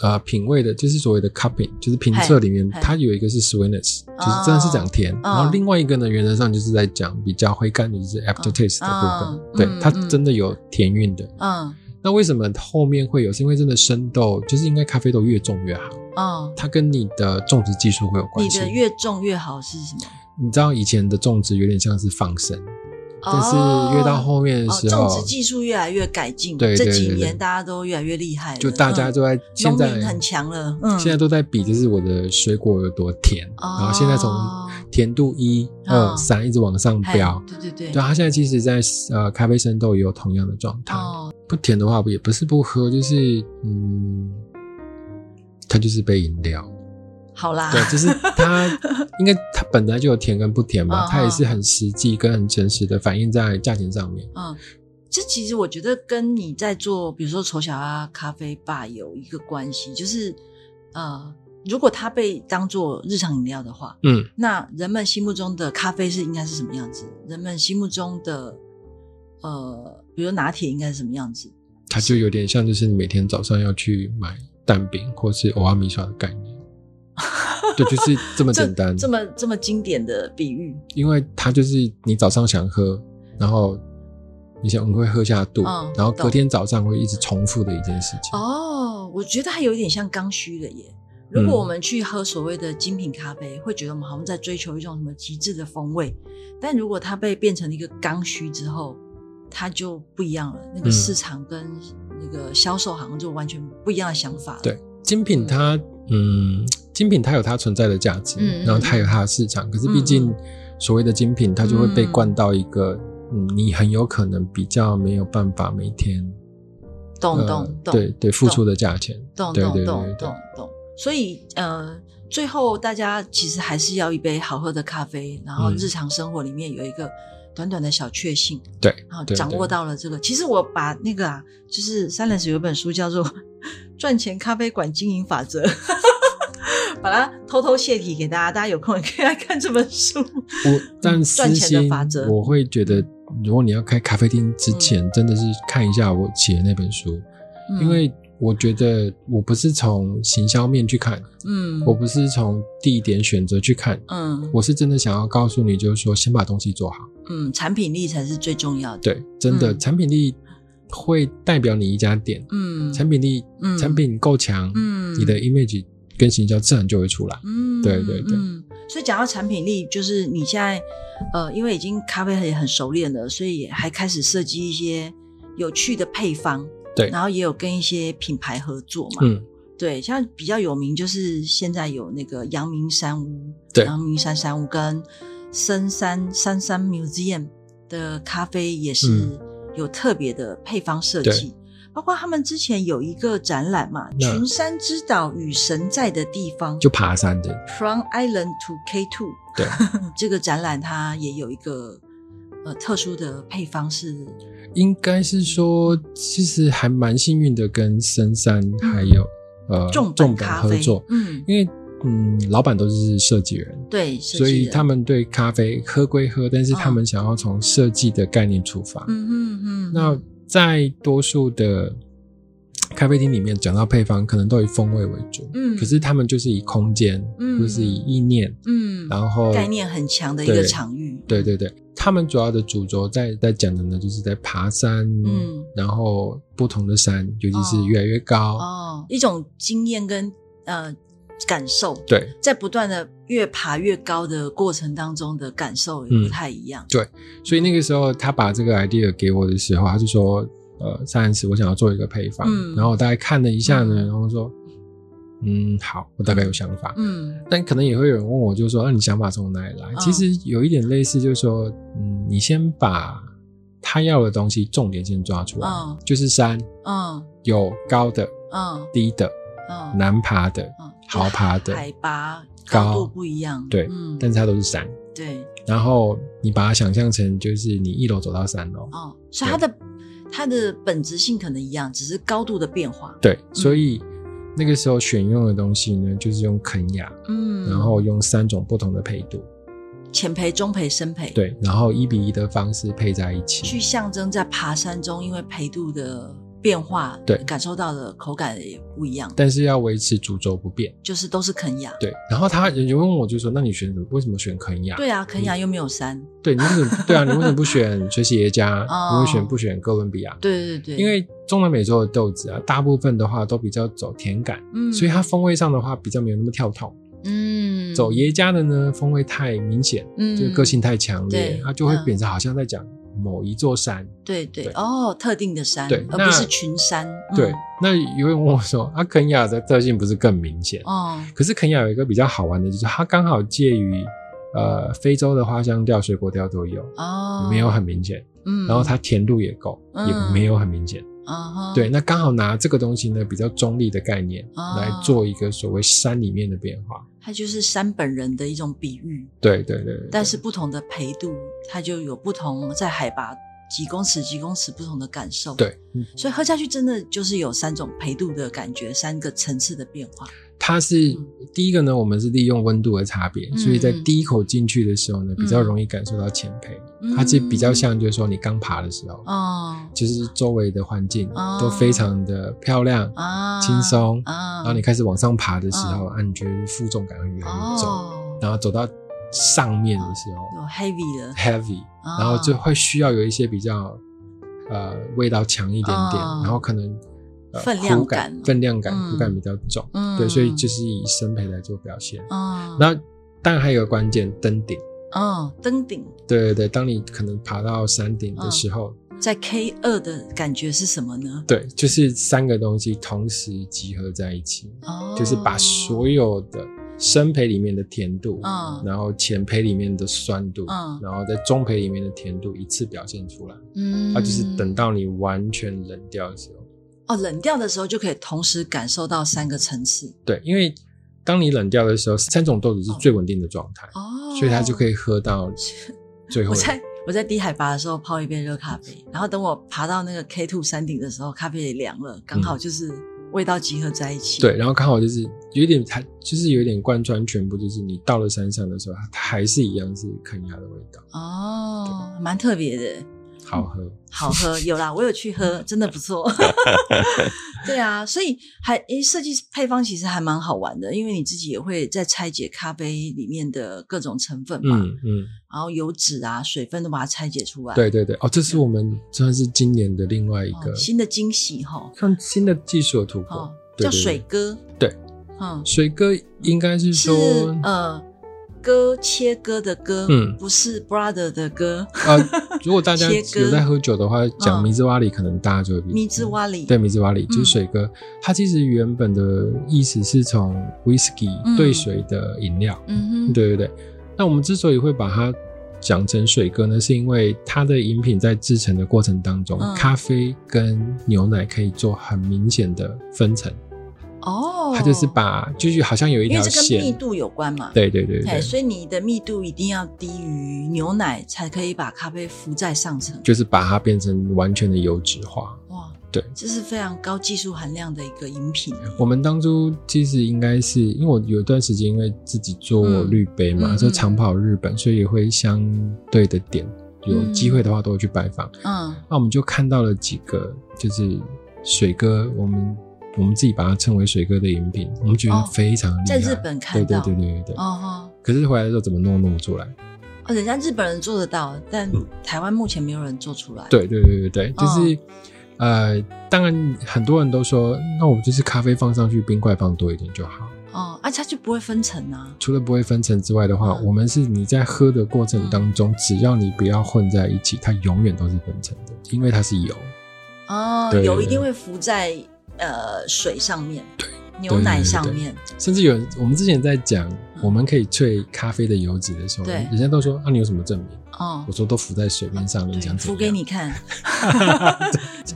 C: 呃品味的，就是所谓的 cupping，就是评测里面
A: 嘿哦嗯嘿
C: 它有一个是 sweetness，就是真的是讲甜，然后另外一个呢，原则上就是在讲比较回甘，就是 aftertaste 的
A: 哦嗯
C: 部分。
A: 嗯
C: 对，它
A: 嗯
C: 真的有甜韵的。
A: 嗯
C: 那为什么后面会有？是因为真的生豆，就是应该咖啡豆越重越好，
A: 嗯，
C: 它跟你的种植技术会有关
A: 你
C: 系
A: 的。越重越好是什么？
C: 你知道以前的种植有点像是放生，但是越到后面的
A: 哦，
C: 时候，
A: 种植技术越来越改进，
C: 对对
A: 这几
C: 对对
A: 年大家都越来越厉害了，
C: 就大家
A: 嗯
C: 都在现
A: 农
C: 在
A: 民很强了，嗯，
C: 现在都在比，就是我的水果有多甜，
A: 哦
C: 然后现在从甜度一、
A: 哦
C: 二、三一直往上
A: 嗨
C: 飙。
A: 对对对，
C: 对，啊它现在其实在，呃咖啡生豆也有同样的状态。
A: 哦，
C: 不甜的话，也不是不喝，就是嗯，它就是杯饮料。
A: 好啦，
C: 对，就是 它应该它本来就有甜跟不甜嘛，
A: 嗯
C: 它也是很实际跟很诚实的反映在价钱上面。
A: 嗯。这其实我觉得跟你在做，比如说丑小鸭咖啡吧有一个关系，就是呃，如果它被当做日常饮料的话，
C: 嗯，
A: 那人们心目中的咖啡是应该是什么样子？人们心目中的呃，比如拿铁应该是什么样子？
C: 它就有点像就是你每天早上要去买蛋饼或是欧阿米刷的概念。对，就是这么
A: 这
C: 简 单。
A: 这么这么经典的比喻，
C: 因为它就是你早上想喝，然后你想你会喝下肚，
A: 嗯
C: 然后隔天早上会一直重复的一件事情。
A: 哦，我觉得它有一点像刚需了耶。如果
C: 嗯
A: 我们去喝所谓的精品咖啡，会觉得我们好像在追求一种什么极致的风味，但如果它被变成了一个刚需之后，它就不一样了。那个
C: 嗯
A: 市场跟那个销售好像就完全不一样的想法了。
C: 对，精品它嗯，精品它有它存在的价值，
A: 哦嗯嗯
C: 然后它有它的市场，可是毕竟所谓的精品，它就会被
A: 嗯
C: 灌到一个，嗯，你很有可能比较没有办法每天，
A: 懂
C: 呃
A: 懂懂，
C: 对对，付
A: 懂
C: 出的价钱，
A: 懂
C: 对
A: 懂
C: 对对
A: 懂
C: 对对
A: 懂懂。所以呃，最后大家其实还是要一杯好喝的咖啡，然后
C: 嗯
A: 日常生活里面有一个短短的小确幸，
C: 对，
A: 然后
C: 对
A: 掌握。到了这个。其实我把那个啊，就是三 i l 有一本书叫做《赚钱咖啡馆经营法则》。 把它偷偷泄题给大家，大家有空也可以来看这本书。
C: 对我但私
A: 嗯赚钱的
C: 心
A: 法则，嗯
C: 我会觉得，如果你要开咖啡厅之前，真的是看一下我写的那本书，
A: 嗯
C: 因为我觉得我不是从行销面去看，
A: 嗯，
C: 我不是从地点选择去看，
A: 嗯
C: 我是真的想要告诉你，就是说先把东西做好。
A: 嗯，产品力才是最重要的。
C: 对，真的、
A: 嗯
C: 产品力会代表你一家店，
A: 嗯，
C: 产品力，
A: 嗯
C: 产品够强，
A: 嗯，
C: 你的 image 跟行销自然就会出来。
A: 嗯，
C: 对对对
A: 嗯。所以讲到产品力，就是你现在呃，因为已经咖啡也很熟练了，所以也还开始设计一些有趣的配方。
C: 对
A: 然后也有跟一些品牌合作嘛。
C: 嗯，
A: 对，像比较有名就是现在有那个阳明山屋，
C: 对
A: 阳明山山屋跟深山山山 Museum 的咖啡也是
C: 嗯
A: 有特别的配方设计。包括他们之前有一个展览嘛，《
C: 那
A: 群山之岛与神在的地方》，
C: 就爬山的，
A: From Island to K Two，
C: 对，
A: 这个展览它也有一个呃特殊的配方是，
C: 应该是说，其实还蛮幸运的，跟深山还有、呃
A: 重
C: 重
A: 嗯
C: 本
A: 咖
C: 合
A: 啡，
C: 作，
A: 嗯，
C: 因为嗯，老板都是设计人。
A: 对，
C: 所以他
A: 们，
C: 们对咖啡喝归喝，但是他
A: 嗯
C: 们想要从设计的概念出发。
A: 嗯嗯嗯，
C: 那在多数的咖啡厅里面，讲到配方，可能都以风味为主。
A: 嗯
C: 可是他们就是以空间，
A: 嗯
C: 或是以意念，
A: 嗯，
C: 然后
A: 概念很强的一个
C: 对
A: 场域，
C: 对对对，他们主要的主轴在在讲的呢，就是在爬山，
A: 嗯，
C: 然后不同的山，尤其
A: 哦
C: 是越来越高，
A: 哦，一种经验跟呃感受，
C: 对
A: 在不断的越爬越高的过程当中的感受也
C: 嗯
A: 不太一样，
C: 所以那个时候他把这个 idea 给我的时候，他就说，呃，三十我想要做一个配方，
A: 嗯
C: 然后我大概看了一下呢，
A: 嗯
C: 然后说，嗯，好，我大概有想法，
A: 嗯
C: 但可能也会有人问我，就说，那、啊你想法从哪里来？其实有一点类似，就是说，嗯，你先把他要的东西重点先抓出来，
A: 嗯
C: 就是山
A: 嗯
C: 有高的、
A: 嗯
C: 低的、
A: 嗯，
C: 难爬的、
A: 嗯
C: 好爬的，
A: 海拔高
C: 高
A: 度不一样，
C: 对
A: 嗯，
C: 但是它都是山。
A: 对。
C: 然后你把它想象成就是你一楼走到三楼，
A: 哦，所以它的它的本质性可能一样，只是高度的变化。
C: 对，所以那个时候选用的东西呢，就是用肯亚，
A: 嗯
C: 然后用三种不同的配度，
A: 浅培、中培、深培，，
C: 对，然后一比一的方式配在一起，
A: 去象征在爬山中，因为培度的变化，
C: 对
A: 感受到的口感也不一样，
C: 但是要维持主轴不变。
A: 就是都是肯亚。
C: 对，然后他有人问我就说，那你选什么？为什么选肯亚？
A: 对啊，肯亚又没有山。
C: 对，你为 什么？对啊，你为什么不选水洗耶加？
A: 哦
C: 你为什么不选哥伦比亚？
A: 对对对，
C: 因为中南美洲的豆子啊，大部分的话都比较走甜感，
A: 嗯
C: 所以它风味上的话比较没有那么跳痛。
A: 嗯
C: 走耶加的呢，风味太明显，
A: 嗯
C: 就是个性太强
A: 对
C: 烈，它就会
A: 嗯
C: 变成好像在讲某一座山。
A: 对对
C: 对
A: 哦，特定的山，
C: 对
A: 而
C: 那
A: 不是群山。嗯
C: 对，那有人问我说，啊，肯亚的特性不是更明显？
A: 哦，
C: 可是肯亚有一个比较好玩的，就是它刚好介于呃非洲的花香调、水果调都有，
A: 哦，
C: 没有，很明显。
A: 嗯，
C: 然后它甜度也够，
A: 嗯
C: 也没有很明显。
A: 嗯哼，
C: 对，那刚好拿这个东西呢，比较中立的概念、
A: 哦
C: 来做一个所谓山里面的变化。
A: 它就是山本人的一种比喻。
C: 对对对对
A: 但是不同的培度，它就有不同在海拔几公尺、几公尺不同的感受。，
C: 对，嗯
A: 所以喝下去真的就是有三种培度的感觉，三个层次的变化。
C: 它是
A: 嗯
C: 第一个呢，我们是利用温度的差别，
A: 嗯
C: 所以在第一口进去的时候呢，比较容易感受到浅焙，它是比较像就是说你刚爬的时候，
A: 嗯哦
C: 就是周围的环境
A: 哦
C: 都非常的漂亮，
A: 啊，
C: 轻松
A: 啊，
C: 然后你开始往上爬的时候，啊，你觉得负重感会越来越重，
A: 哦，
C: 然后走到上面的时候
A: 有 heavy 了，
C: heavy，
A: 啊
C: 然后就会需要有一些比较呃味道强一点点，
A: 啊
C: 然后可能、呃、
A: 分量
C: 苦
A: 感
C: 感、分量感、
A: 嗯
C: 苦感比较重，
A: 嗯
C: 对，所以就是以生培来做表现。
A: 嗯，
C: 那当然还有个关键登顶，
A: 嗯登顶
C: 对对对，当你可能爬到山顶
A: 嗯
C: 的时候，
A: 在 K 二的感觉是什么呢？
C: 对，就是三个东西同时集合在一起，
A: 哦，
C: 就是把所有的深培里面的甜度，
A: 嗯
C: 然后浅培里面的酸度，
A: 嗯
C: 然后在中培里面的甜度一次表现出来。
A: 嗯，
C: 它、就是等到你完全冷掉的时候，
A: 哦冷掉的时候，就可以同时感受到三个层次
C: 对，因为当你冷掉的时候，三种豆子是最稳定的状态，
A: 哦，
C: 所以它就可以喝到最后
A: 我
C: 的。
A: 在我在低海拔的时候泡一杯热咖啡，然后等我爬到那个 K two 山顶的时候，咖啡也凉了，刚好就是味道集合在一起。
C: 嗯对，，然后刚好就是有一点，它就是有一点贯穿全部，就是你到了山上的时候，它还是一样是肯亚的味道，
A: 哦，蛮特别的，
C: 好喝。
A: 好喝。有啦，我有去喝，真的不错。 对啊，所以还诶，设计配方其实还蛮好玩的，因为你自己也会在拆解咖啡里面的各种成分嘛，
C: 嗯嗯，
A: 然后油脂啊、水分都把它拆解出来。
C: 对对对，哦，这是我们算是今年的另外一
A: 哦，
C: 个，
A: 新的惊喜哈，
C: 看新的技术的突破，
A: 哦，
C: 对
A: 叫
C: 对对
A: 水哥。
C: 对，
A: 嗯，
C: 水哥应该是
A: 是
C: 说，
A: 呃割切割的割，
C: 嗯
A: 不是 brother 的割。
C: 啊，如果大家
A: 切割
C: 有在喝酒的话，讲
A: 嗯
C: 米兹瓦里，可能大家就会比
A: 米兹瓦里，
C: 对，米兹瓦里就是
A: 嗯
C: 水哥，它其实原本的意思是从 whisky
A: 嗯
C: 兑水的饮料，
A: 嗯哼，
C: 对对对。那我们之所以会把它讲成水哥呢，是因为它的饮品在制成的过程当中，
A: 嗯
C: 咖啡跟牛奶可以做很明显的分层，
A: 哦，
C: 它就是把就是好像有一
A: 因
C: 条
A: 为这跟密
C: 线，
A: 度有关嘛，
C: 对对对对
A: 哎，
C: 对，
A: 所以你的密度一定要低于牛奶，才可以把咖啡浮在上层。
C: 就是把它变成完全的油脂化。
A: 哇，
C: 对
A: 这是非常高技术含量的一个饮品。
C: 我们当初其实应该是因为我有一段时间因为自己做
A: 嗯
C: 绿杯嘛，
A: 嗯
C: 就
A: 嗯
C: 长跑日本，所以也会相对的点，有
A: 嗯
C: 机会的话都会去拜访。
A: 嗯
C: 那我们就看到了几个，就是水哥，我们我们自己把它称为水哥的饮品，我们觉得
A: 哦
C: 非常厉
A: 在
C: 害。
A: 日本看到
C: 对对对对对对。
A: 哦
C: 可是回来的时候怎么弄弄不出来？
A: 哦，人家日本人做得到，但台湾目前没有人做出来。，
C: 对对对对对，就是、
A: 哦
C: 呃，当然很多人都说，那我就是咖啡放上去，冰块放多一点就好。
A: 哦，啊，它就不会分层啊。
C: 除了不会分层之外的话，
A: 嗯
C: 我们是你在喝的过程当中，只要你不要混在一起，它永远都是分层的，因为它是油。
A: 哦，
C: 对
A: 油
C: 对
A: 一定会浮在呃水上面，
C: 对，
A: 牛奶上面，
C: 甚至有人，我们之前在讲我们可以萃咖啡的油脂的时候，
A: 嗯对
C: 人家都说啊，你有什么证明？
A: 哦
C: 我，说都浮在水面上，你
A: 对，
C: 想
A: 浮
C: 怎么样？
A: 给你看，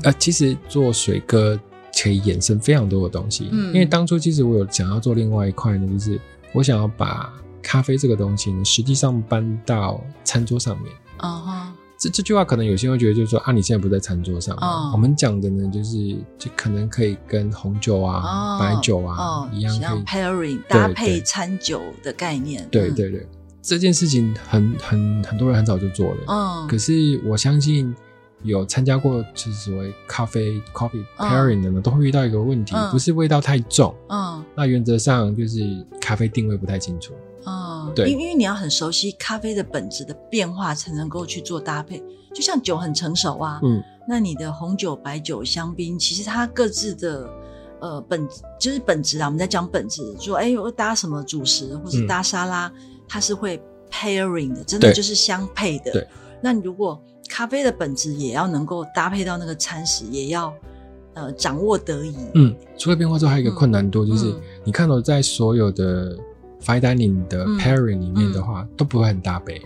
C: 呃，其实做水哥可以衍生非常多的东西，
A: 嗯
C: 因为当初其实我有想要做另外一块呢，就是我想要把咖啡这个东西呢，实际上搬到餐桌上面。
A: 哦哈，
C: 这这句话可能有些人会觉得，就是说啊，你现在不在餐桌上吗？
A: 哦
C: 我们讲的呢，就是就可能可以跟红酒啊、
A: 哦，
C: 白酒啊、
A: 哦，
C: 一样可
A: 像
C: 以。
A: pairing
C: 对
A: 搭配
C: 对
A: 餐酒的概念，
C: 对
A: 嗯，
C: 对对，这件事情很很很多人很早就做了，
A: 嗯，
C: 可是我相信有参加过就是所谓咖啡 coffee
A: 嗯
C: pairing 的呢，都会遇到一个问题，
A: 嗯
C: 不是味道太重。
A: 嗯
C: 那原则上就是咖啡定位不太清楚，
A: 嗯，
C: 对
A: 因因为你要很熟悉咖啡的本质的变化，才能够去做搭配。就像酒很成熟啊，
C: 嗯，
A: 那你的红酒、白酒、香槟，其实它各自的呃本就是本质啊。我们在讲本质，说哎，我搭什么主食或是
C: 嗯
A: 搭沙拉，它是会 pairing 的，真的
C: 对
A: 就是相配的。
C: 对，
A: 那你如果咖啡的本质也要能够搭配到那个餐食，也要呃掌握得宜。
C: 嗯。除了变化之后，还有一个困难度、就是
A: 嗯，
C: 你看到、在所有的 fine dining 的
A: 嗯
C: pairing 里面的话，都不会很搭杯，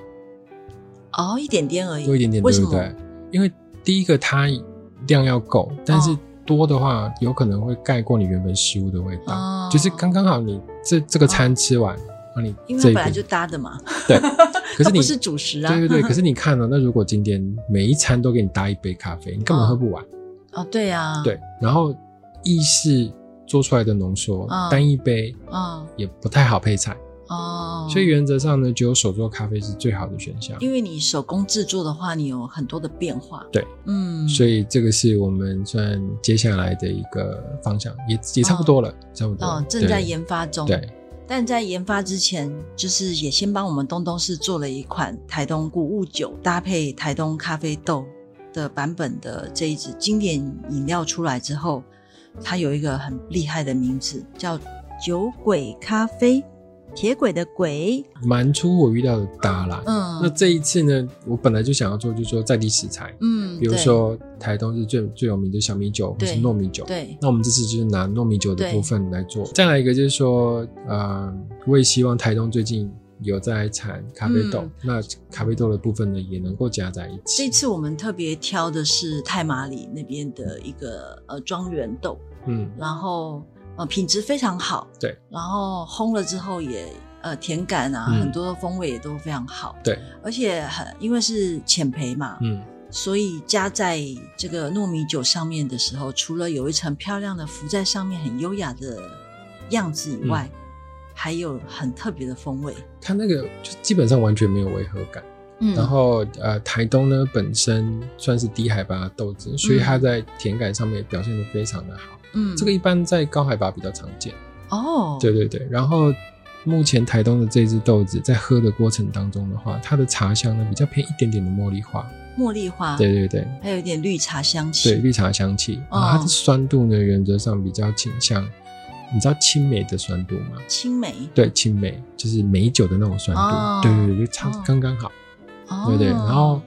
A: 哦，一点点而已，
C: 多一点点，
A: 为
C: 对
A: 什
C: 不
A: 么？
C: 对？因为第一个它量要够，但是
A: 哦
C: 多的话，有可能会盖过你原本食物的味道，
A: 哦
C: 啊就是刚刚好你这这个餐吃完，那、你
A: 因为
C: 这
A: 它本
C: 一
A: 来
C: 边
A: 就搭的嘛，
C: 对，
A: 它
C: 可是你
A: 不是主食啊。
C: 对对对，可是你看了、哦那如果今天每一餐都给你搭一杯咖啡，你根本喝不完。
A: 哦，对啊，，
C: 对，然后意式做出来的浓缩、
A: 嗯
C: 单一杯
A: 嗯
C: 也不太好配菜，
A: 哦，
C: 所以原则上呢，只有手做咖啡是最好的选项。
A: 因为嗯你手工制作的话，你有很多的变化。
C: 对，
A: 嗯，
C: 所
A: 以
C: 以这个是我们算接下来的一个方向，也也差不多了，差不多了
A: 哦，正在
C: 对
A: 研发中。
C: 对，
A: 但在研发之前，就是也先帮我们东东市做了一款台东谷物酒搭配台东咖啡豆的版本的这一支经典饮料出来之后，它有一个很厉害的名字，叫酒鬼咖啡。铁轨的轨，
C: 蛮出我预料的搭啦。
A: 嗯
C: 那这一次呢，我本来就想要做，就是说在地食材，
A: 嗯，
C: 比如
A: 对
C: 说台东是最最有名的小米酒或是
A: 对
C: 糯米酒，
A: 对，
C: 那我们这次就是拿糯米酒的
A: 对
C: 部分来做。再来一个就是说，呃，我也希望台东最近有在产咖啡豆，
A: 嗯
C: 那咖啡豆的部分呢也能够加在一
A: 这
C: 起。
A: 次我们特别挑的是泰马里那边的一个呃庄园豆，
C: 嗯，
A: 然后呃品质非常好，
C: 对，
A: 然后烘了之后也呃甜感啊，
C: 嗯
A: 很多风味也都非常好，
C: 对，
A: 而且很因为是浅焙嘛，
C: 嗯，
A: 所以加在这个糯米酒上面的时候，除了有一层漂亮的浮在上面很优雅的样子
C: 嗯
A: 以外，还有很特别的风味。
C: 它那个就基本上完全没有违和感。
A: 嗯
C: 然后呃，台东呢本身算是低海拔的豆子，所以它在甜感上面表现的非常的好。
A: 嗯
C: 这个一般在高海拔比较常见。
A: 哦，
C: 对对对，然后目前台东的这只豆子在喝的过程当中的话，它的茶香呢比较偏一点点的茉莉花，
A: 茉莉花，
C: 对对对
A: 还有一点绿茶香气。
C: 对，绿茶香气，
A: 哦
C: 啊，它的酸度呢原则上比较倾向，你知道青梅的酸度吗？
A: 青梅，
C: 对，青梅就是美酒的那种酸度，
A: 哦
C: 对对对，就差
A: 哦
C: 刚刚好，
A: 哦
C: 对对。然后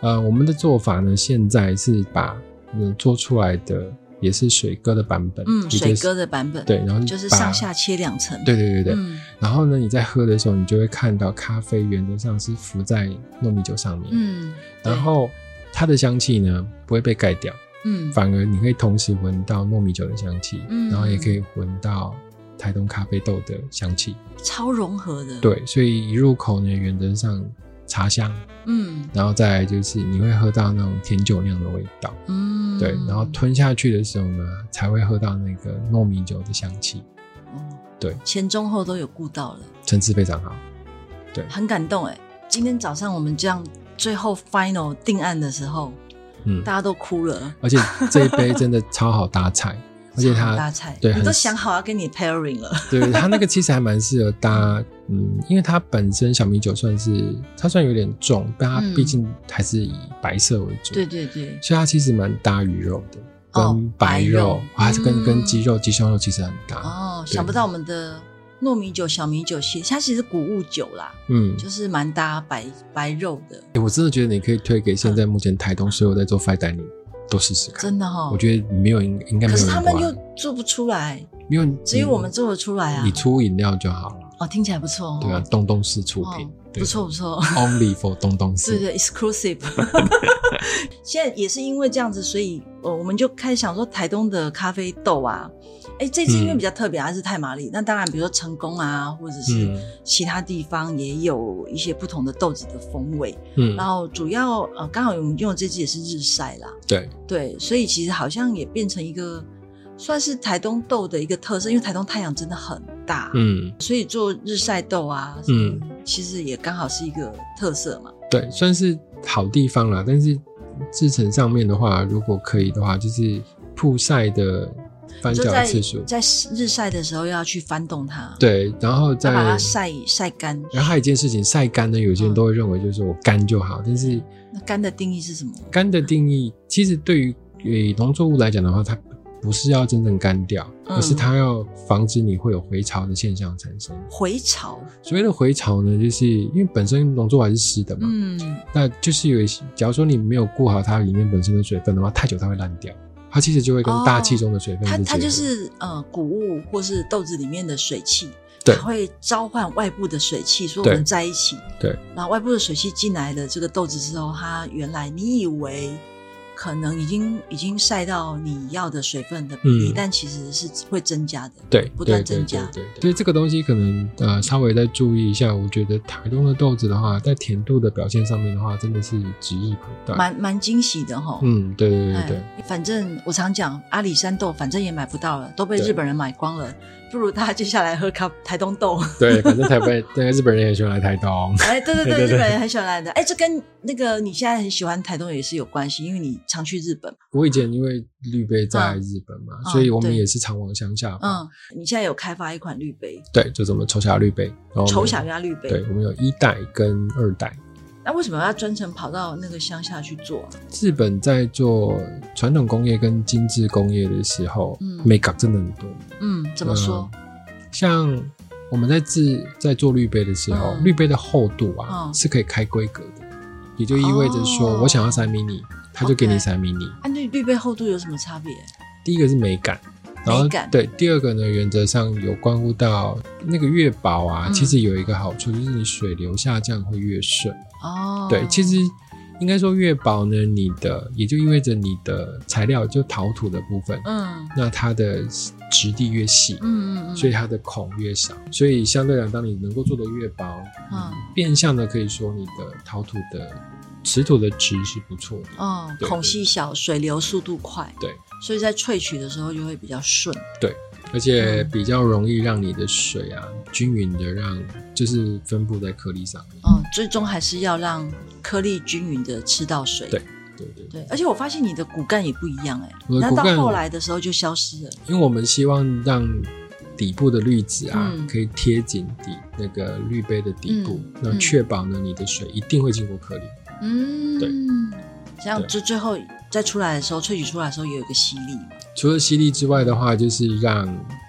C: 呃，我们的做法呢，现在是把嗯做出来的也是水哥的版本，
A: 嗯，
C: 也
A: 水
C: 就是
A: 哥的版本，
C: 对，，然后
A: 就是
C: 把
A: 上下切两层。
C: 对对对对，
A: 嗯
C: 然后呢，你在喝的时候，你就会看到咖啡原则上是浮在糯米酒上面，
A: 嗯，对
C: 然后它的香气呢不会被盖掉，
A: 嗯
C: 反而你可以同时闻到糯米酒的香气，
A: 嗯
C: 然后也可以闻到台东咖啡豆的香气。
A: 超融合的，，
C: 对，所以一入口呢，原则上茶香，
A: 嗯
C: 然后再来就是你会喝到那种甜酒酿的味道，
A: 嗯，
C: 对，然后吞下去的时候呢，才会喝到那个糯米酒的香气，
A: 哦
C: 对
A: 前中后都有顾到了。
C: 层次非常好。
A: 很感动哎！今天早上我们这样最后 final 定案的时候，
C: 嗯
A: 大，家都哭了，
C: 而且这一杯真的超好搭 菜，而且它
A: 大菜，
C: 对
A: 你
C: 很
A: 都想好要跟你 pairing 了，
C: 对，它那个其实还蛮适合 搭，嗯，因为它本身小米酒算是它虽然有点重，但它
A: 嗯
C: 毕竟还是以白色为主，
A: 对对对，
C: 所以它其实蛮搭鱼肉的，
A: 哦
C: 跟白
A: 白
C: 肉，
A: 肉
C: 啊，这跟
A: 嗯
C: 跟鸡肉、鸡胸肉其实很搭，
A: 哦，
C: 对
A: 想不到我们的糯米酒、小米酒系，它其实是谷物酒啦，
C: 嗯，
A: 就是蛮搭白白肉的，
C: 诶我真的觉得你可以推给现在目前台东所有在做 fine dining 都试试看，
A: 嗯真的哈、
C: 我
A: 哦。
C: 觉得没有应应该没
A: 可
C: 有
A: 是
C: 人
A: 他
C: 不
A: 们
C: 爱
A: 又，做不出来，
C: 没有，
A: 只有我们
C: 嗯
A: 做得出来啊
C: 你！出饮料就好了，
A: 哦，听起来不错哦，
C: 对啊，东东市出品
A: 哦，
C: 对
A: 不错不 错。
C: ，Only for 东东市，
A: 对对，exclusive。现在也是因为这样子，所以呃，我们就开始想说台东的咖啡豆啊，哎，这次因为
C: 嗯
A: 比较特别，还是太麻里。那当然，比如说成功啊，或者是
C: 嗯
A: 其他地方也有一些不同的豆子的风味。
C: 嗯
A: 然，后主要呃，刚好我们用的这支也是日晒啦，
C: 对，
A: 对，所以其实好像也变成一个算是台东豆的一个特色，因为台东太阳真的很大，
C: 嗯。
A: 所以做日晒豆啊，嗯
C: 嗯，
A: 其实也刚好是一个特色嘛。
C: 对，算是好地方啦。但是制成上面的话，如果可以的话，就是曝晒的翻
A: 就
C: 搅
A: 在
C: 的次数，
A: 在日晒的时候要去翻动它，，
C: 对，然后再
A: 要把它晒晒干。
C: 然后还有一件事情，晒干呢，有些人都会认为就是我干就好，但是
A: 那干的定义是什么？
C: 干的定义，其实对于呃农作物来讲的话，它不是要真正干掉，
A: 嗯
C: 而是它要防止你会有回潮的现象产生。
A: 回潮，
C: 所谓的回潮呢，就是因为本身农作物还是湿的嘛，
A: 嗯，
C: 那就是有一些，假如说你没有顾好它里面本身的水分的话，太久它会烂掉，它其实就会跟大气中的水分
A: 哦它
C: 结
A: 它
C: 合
A: 就是呃谷物或是豆子里面的水汽，
C: 对
A: 它会召唤外部的水汽，所以
C: 对
A: 我们在一起，
C: 对，
A: 然后外部的水汽进来了这个豆子之后，它原来你以为。可能已经已经晒到你要的水分的比例，
C: 嗯
A: 但其实是会增加的。
C: 对
A: 不断
C: 对
A: 增
C: 对
A: 加
C: 对对，所以这个东西可能呃稍微再注意一下。我觉得台东的豆子的话，在甜度的表现上面的话，真的是指日可待。
A: 蛮蛮惊喜的哈。
C: 嗯，对对对对
A: 哎，反正我常讲阿里山豆，反正也买不到了，都被
C: 对
A: 日本人买光了，不如大家接下来喝咖台东豆。
C: 对，对反正台北那个日本人也喜欢来台东。
A: 哎，对对对，
C: 对对对
A: 日本人很喜欢来的。哎，这跟那个你现在很喜欢台东也是有关系，因为你常去日本嘛。
C: 我以前因为绿贝在
A: 嗯
C: 日本嘛，
A: 嗯
C: 所以我们
A: 对
C: 也是常往乡下跑。
A: 嗯，你现在有开发一款绿杯，
C: 对，就是我们丑小绿贝，然后我们
A: 丑小鸭绿杯
C: 哦对，。我们有一代跟二代。
A: 那为什么要专程跑到那个乡下去做啊？
C: 日本在做传统工业跟精致工业的时候，
A: 嗯
C: 美感真的很多。
A: 嗯，怎么说？
C: 像我们在制在做滤杯的时候，
A: 嗯
C: 滤杯的厚度啊、
A: 嗯
C: 是可以开规格的，也就意味着说
A: 哦
C: 我想要三 mini，他就给你
A: OK
C: 三 mini。
A: 啊，那滤杯厚度有什么差别？
C: 第一个是美感，然后
A: 美感
C: 对第二个呢，原则上有关乎到那个月宝啊，
A: 嗯
C: 其实有一个好处就是你水流下降会越顺。
A: 哦，
C: 对，其实应该说月宝呢，你的也就意味着你的材料就陶土的部分，
A: 嗯
C: 那它的质地越细
A: 嗯，嗯嗯，
C: 所以它的孔越少，所以相对来，当你能够做的越薄，
A: 嗯
C: 嗯，变相的可以说你的陶土的瓷土的质是不错的。
A: 哦，
C: 对
A: 孔
C: 对
A: 隙小，水流速度快，
C: 对，嗯
A: 所以在萃取的时候就会比较顺。
C: 而且
A: 嗯
C: 比较容易让你的水啊均匀的让，就是分布在颗粒上面。
A: 嗯，最终还是要让颗粒均匀的吃到水。
C: 对对对，
A: 对而且我发现你的骨干也不一样哎、
C: 我的
A: 那
C: 骨
A: 到
C: 干
A: 后来的时候就消失了。
C: 因为我们希望让底部的滤纸啊、
A: 嗯
C: 可以贴紧底那个滤杯的底部，
A: 嗯
C: 那
A: 嗯
C: 确保呢你的水一定会经过颗粒。
A: 嗯，
C: 对，
A: 这样
C: 对
A: 就最后再出来的时候，萃取出来的时候也有一个吸力嘛。
C: 除了吸力之外的话，就是让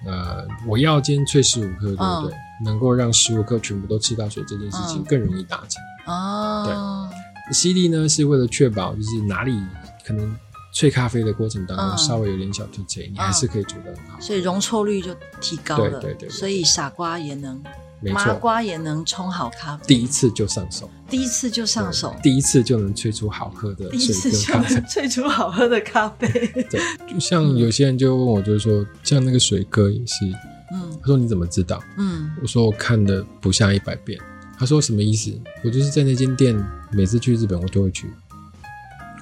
C: 呃我要今天萃十五克，对不对？能够让十五克全部都吃到水这件事情
A: 嗯
C: 更容易达成。
A: 哦，
C: 吸力呢是为了确保就是哪里可能萃咖啡的过程当中
A: 嗯
C: 稍微有点小凸起，你还是可以做得很好。
A: 所以容错率就提高
C: 对
A: 了。
C: 对对对
A: 所以傻瓜也能，
C: 没
A: 麻
C: 错，
A: 瓜也能冲好咖啡。
C: 第一次就上手，
A: 第一次就上
C: 对
A: 手，
C: 第一次就能萃出好喝的
A: 第一次
C: 水跟
A: 就
C: 咖
A: 能
C: 啡。
A: 萃出好喝的咖 啡。
C: 对，就像有些人就问我，就是说，像那个水哥也是，
A: 嗯
C: 他说你怎么知道？
A: 嗯，
C: 我说我看了不下一百遍。他说什么意思？我就是在那间店，每次去日本我就会去，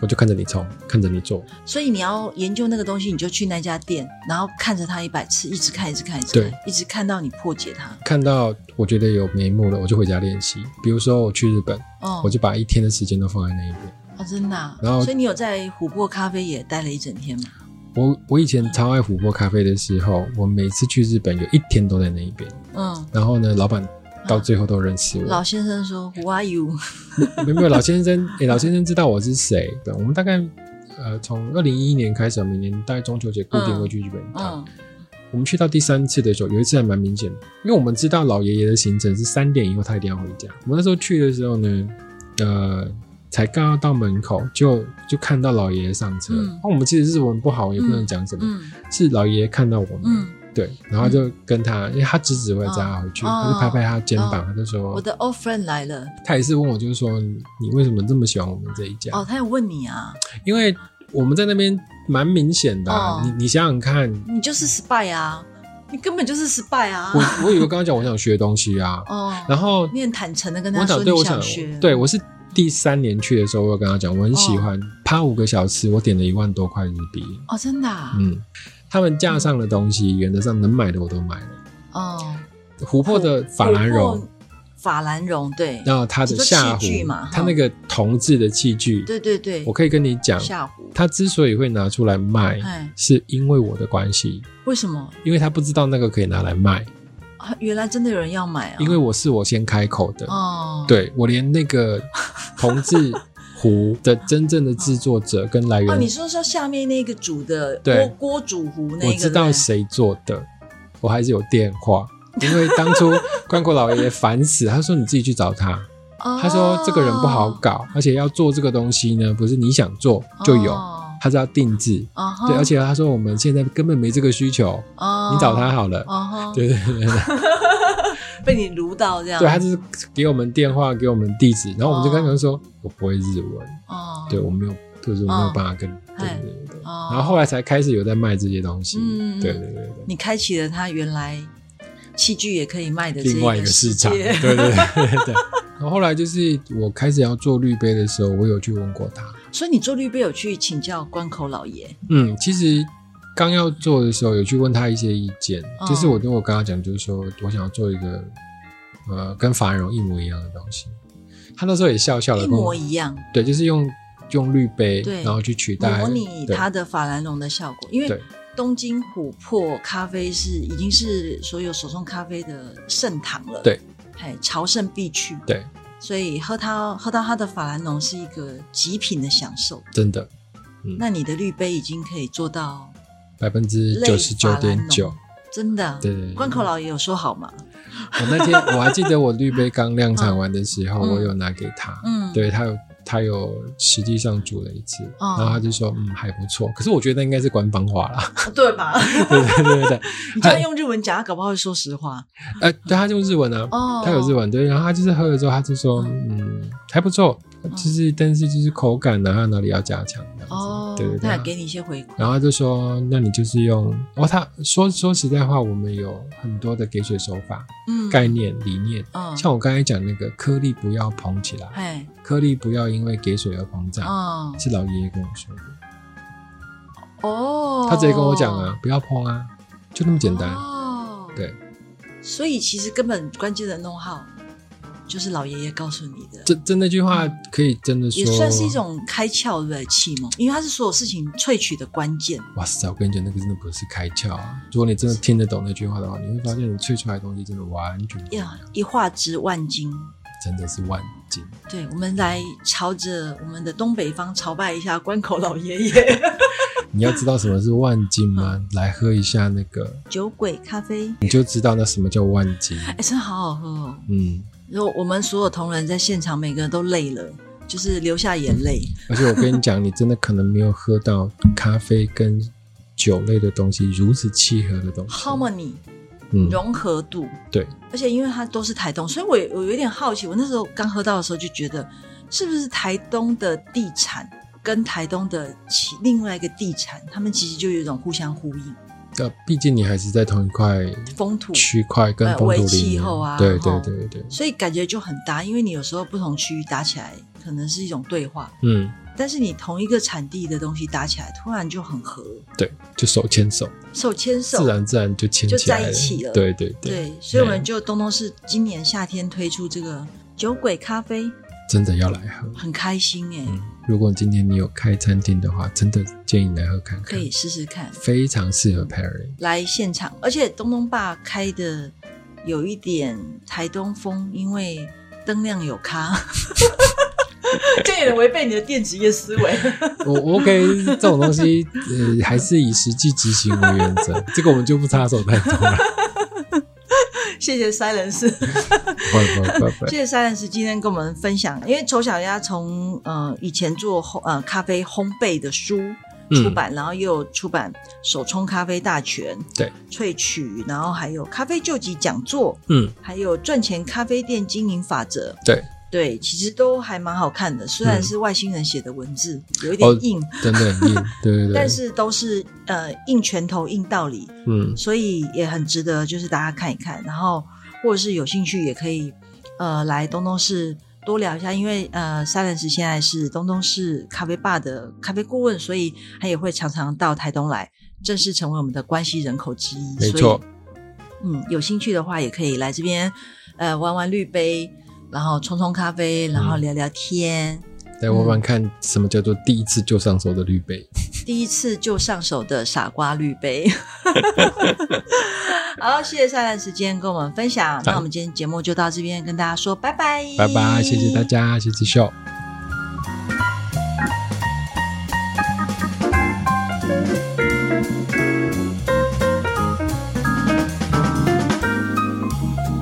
C: 我就看着你冲，看着你做。
A: 所以你要研究那个东西，你就去那家店，然后看着它一百次，一直看，一直看，一直
C: 对
A: 看，一直看到你破解它。
C: 看到我觉得有眉目了，我就回家练习。比如说我去日本，
A: 哦
C: 我，就把一天的时间都放在那一边。
A: 哦，真的、啊。
C: 然后
A: 所以你有在琥珀咖啡也待了一整天吗？
C: 我我以前超爱琥珀咖啡的时候，我每次去日本有一天都在那一边。
A: 嗯，
C: 然后呢，老板到最后都认识我。
A: 老先生说 Who are you？
C: 没有没有，老先生，诶，老先生知道我是谁。对，我们大概呃从二零一一年开始，每年大概中秋节固定会去日本一趟。
A: 嗯，
C: 我们去到第三次的时候，有一次还蛮明显的，因为我们知道老爷爷的行程是三点以后他一定要回家。我们那时候去的时候呢，呃。才刚要到门口，就就看到老爷爷上车。那、哦
A: 嗯
C: 我们其实日文不好，也不能讲什么，
A: 嗯
C: 是老爷爷看到我们，
A: 嗯，
C: 对，然后就跟他，因为他侄子会载他回去，
A: 哦
C: 他就拍拍他肩膀，
A: 哦
C: 他就说，
A: 我的 old friend 来了。
C: 他也是问我，就是说你你为什么这么喜欢我们这一家？
A: 哦，他有问你啊，
C: 因为我们在那边蛮明显的、啊
A: 哦
C: 你你想想看，
A: 你就是 spy 啊，你根本就是 spy 啊。
C: 我我以为刚刚讲我想学东西啊，
A: 哦，
C: 然后
A: 你很坦诚的跟
C: 我
A: 他
C: 想
A: 说
C: 对
A: 你
C: 我
A: 想
C: 想
A: 学，
C: 对我是第三年去的时候，我有跟他讲我很喜欢，趴五个小时，我点了一万多块日币，
A: 哦，真的、啊，
C: 嗯，他们架上的东西原则上能买的我都买了，
A: 哦，
C: 琥珀的法兰
A: 琥
C: 绒
A: 珀。法兰绒，对，
C: 然后它的
A: 你说
C: 下
A: 器具
C: 壶
A: 嘛，
C: 它
A: 哈
C: 那个铜制的器具，
A: 对对对，
C: 我可以跟你讲，
A: 下壶，
C: 他之所以会拿出来卖，
A: 哎，
C: 是因为我的关系，
A: 为什么？
C: 因为他不知道那个可以拿来卖，
A: 啊，原来真的有人要买啊！
C: 因为我是我先开口的，
A: 哦，，
C: 对我连那个同志 壶的真正的制作者跟来源，
A: 哦，你说说下面那个煮的
C: 对
A: 锅锅煮壶那个，
C: 我知道
A: 对不对啊
C: 谁做的，我还是有电话。因为当 初关国老爷爷烦死，他说你自己去找他，
A: 哦
C: 他说这个人不好搞，而且要做这个东西呢，不是你想做就有，
A: 哦
C: 他是要定制，
A: 啊哈
C: 对，而且他说我们现在根本没这个需求，
A: 哦
C: 你找他好了。
A: 哦哈，
C: 对对对对，
A: 被你撸到这样，
C: 对他就是给我们电话，给我们地址，然后我们就跟他说、我不会日文，
A: 哦，
C: 对我没有，就是我没有
A: 哦
C: 办法跟，对
A: 哎
C: 对对对。
A: 哦
C: 然后后来才开始有在卖这些东西，
A: 嗯嗯嗯
C: 对对对对。
A: 你开启了他原来器具也可以卖的这
C: 另外一个 市场，
A: 世界
C: 对 对对对对。然后后来就是我开始要做滤杯的时候，我有去问过他，
A: 所以你做绿杯有去请教关口老爷，
C: 嗯，其实刚要做的时候，有去问他一些意见，
A: 嗯
C: 就是我跟我跟他讲，就是说我想要做一个呃跟法兰绒一模一样的东西。他那时候也笑笑的，
A: 一
C: 跟我
A: 模一样，
C: 对，就是用用滤杯
A: 对，
C: 然后去取代
A: 模拟
C: 对
A: 它的法兰绒的效果，因为
C: 对。
A: 东京琥珀咖啡是已经是所有手冲咖啡的盛唐了，
C: 对，
A: 哎，朝圣必去，
C: 对，
A: 所以喝它喝到它的法兰绒是一个极品的享受。
C: 真的
A: 那你的滤杯已经可以做到
C: 百分之
A: 类
C: 九十九
A: 法兰
C: 点
A: 绒
C: 九，，
A: 真的。啊
C: 对对对，
A: 关口老爷有说好吗？
C: 我那天我还记得我绿杯刚量产完的时候，
A: 嗯
C: 我有拿给他，
A: 嗯，
C: 对他有他有实际上煮了一次，
A: 哦
C: 然后他就说嗯还不错，可是我觉得应该是官方话啦，
A: 对 吧？
C: 对对对对，
A: 你这样用日文讲，他搞不好会说实话
C: 呃，对他用日文啊，
A: 哦。
C: 他有日文对，然后他就是喝了之后他就说嗯还不错，就是但是就是口感呢、啊，还有哪里要加强这样子，
A: 嗯哦，
C: 对对
A: 他
C: 对
A: 也。给你一些回馈。
C: 然后他就说：“那你就是用哦，他说说实在话，我们有很多的给水手法、
A: 嗯，
C: 概念、理念，
A: 嗯，
C: 像我刚才讲那个颗粒不要膨起来，
A: 哎，
C: 颗粒不要因为给水而膨胀，
A: 哦
C: 是老爷爷跟我说的。
A: 哦，
C: 他直接跟我讲啊，不要碰啊，就那么简单。
A: 哦，
C: 对，
A: 所以其实根本关键的弄好就是老爷爷告诉你的，
C: 这这那句话可以真的说，
A: 也算是一。种开窍，对不对？启蒙，因为它是所有事情萃取的关键。
C: 哇塞，我跟你讲，那个真的不是开窍啊！如果你真的听得懂那句话的话，你会发现你萃出来的东西真的完全不一样
A: 呀，，一画值万金。
C: 真的是万金。
A: 对，我们来朝着我们的东北方朝拜一下关口老爷爷。
C: 你要知道什么是万金吗？
A: 嗯
C: 来喝一下那个，
A: 酒鬼咖啡，
C: 你就知道那什么叫万金。
A: 哎，真的好好喝哦。
C: 嗯，
A: 然后我们所有同仁在现场，每个人都累了，就是流下眼泪。
C: 而且我跟你讲，你真的可能没有喝到咖啡跟酒类的东西如此契合的东西。
A: Harmony
C: 嗯，
A: 融合度，
C: 对，
A: 而且因为它都是台东，所以我我有一点好奇，我那时候刚喝到的时候就觉得，是不是台东的地产跟台东的其另外一个地产，他们其实就有一种互相呼应，
C: 呃，毕竟你还是在同一块
A: 风土，
C: 区块跟风
A: 呃
C: 土
A: 微
C: 里
A: 气
C: 面，
A: 候啊
C: 对
A: 吼
C: 对对对，
A: 所以感觉就很搭。因为你有时候不同区域打起来，可能是一种对话，
C: 嗯，
A: 但是你同一个产地的东西打起来，突然就很合，
C: 对，就手牵手，
A: 手牵手，
C: 自然自然就牵
A: 哦就
C: 起来
A: 在一起了
C: 对对对，
A: 对，所以我们就东东是今年夏天推出这个酒鬼咖啡，
C: 真的要来喝。
A: 很开心哎、
C: 嗯，如果今天你有开餐厅的话，真的建议你来喝看
A: 可
C: 看，
A: 以试试看。
C: 非常适合 pairing。
A: 来现场，而且东东爸开的有一点台东风，因为灯亮有咖， 这有点违背你的电子业思维。
C: 我我 OK 这种东西，呃，还是以实际执行为原则， 这个我们就不插手太多了。
A: 谢谢 Silence，
C: 不不不不，
A: 谢谢 Silence 今天跟我们分享，因为丑小鸭从呃以前做烘呃咖啡烘焙的书。出版，然后又有出版手冲咖啡大全，
C: 对，
A: 萃取，然后还有咖啡救急讲座，
C: 嗯，
A: 还有赚钱咖啡店经营法则，
C: 对，
A: 对，其实都还蛮好看的，虽然是外星人写的文字，有一
C: 哦
A: 点硬，
C: 真的很硬，对对对，
A: 但是都是呃硬拳头硬道理，
C: 嗯，
A: 所以也很值得就是大家看一看，然后或者是有兴趣也可以呃来东东市多聊一下，因为呃 Silence 现在是东东市咖啡吧的咖啡顾问，所以他也会常常到台东来，正式成为我们的关系人口之一。
C: 没
A: 所以
C: 错，
A: 嗯，有兴趣的话也可以来这边，呃，玩玩绿杯，然后冲冲咖啡，然后聊聊天。
C: 来玩
A: 嗯
C: 玩看什么叫做第一次就上手的绿杯。
A: 第一次就上手的傻瓜绿杯。 好，谢谢善兰时间跟我们分享。那我们今天节目就到这边，跟大家说拜拜，
C: 拜拜，谢谢大。家，谢谢秀。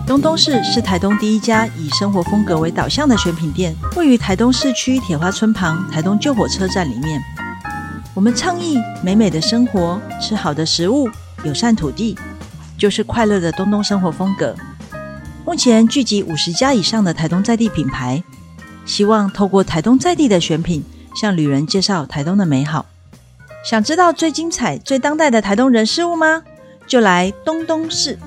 A: 东东市是台东第一家以生活风格为导向的选品店，位于台东市区铁花村旁台东旧火车站里面。我们倡议美美的生活，吃好的食物，友善土地，就是快乐的东东生活风格。目前聚集五十家以上的台东在地品牌，希望透过台东在地的选品，向旅人介绍台东的美好。想知道最精彩、最当代的台东人事物吗？就来东东市。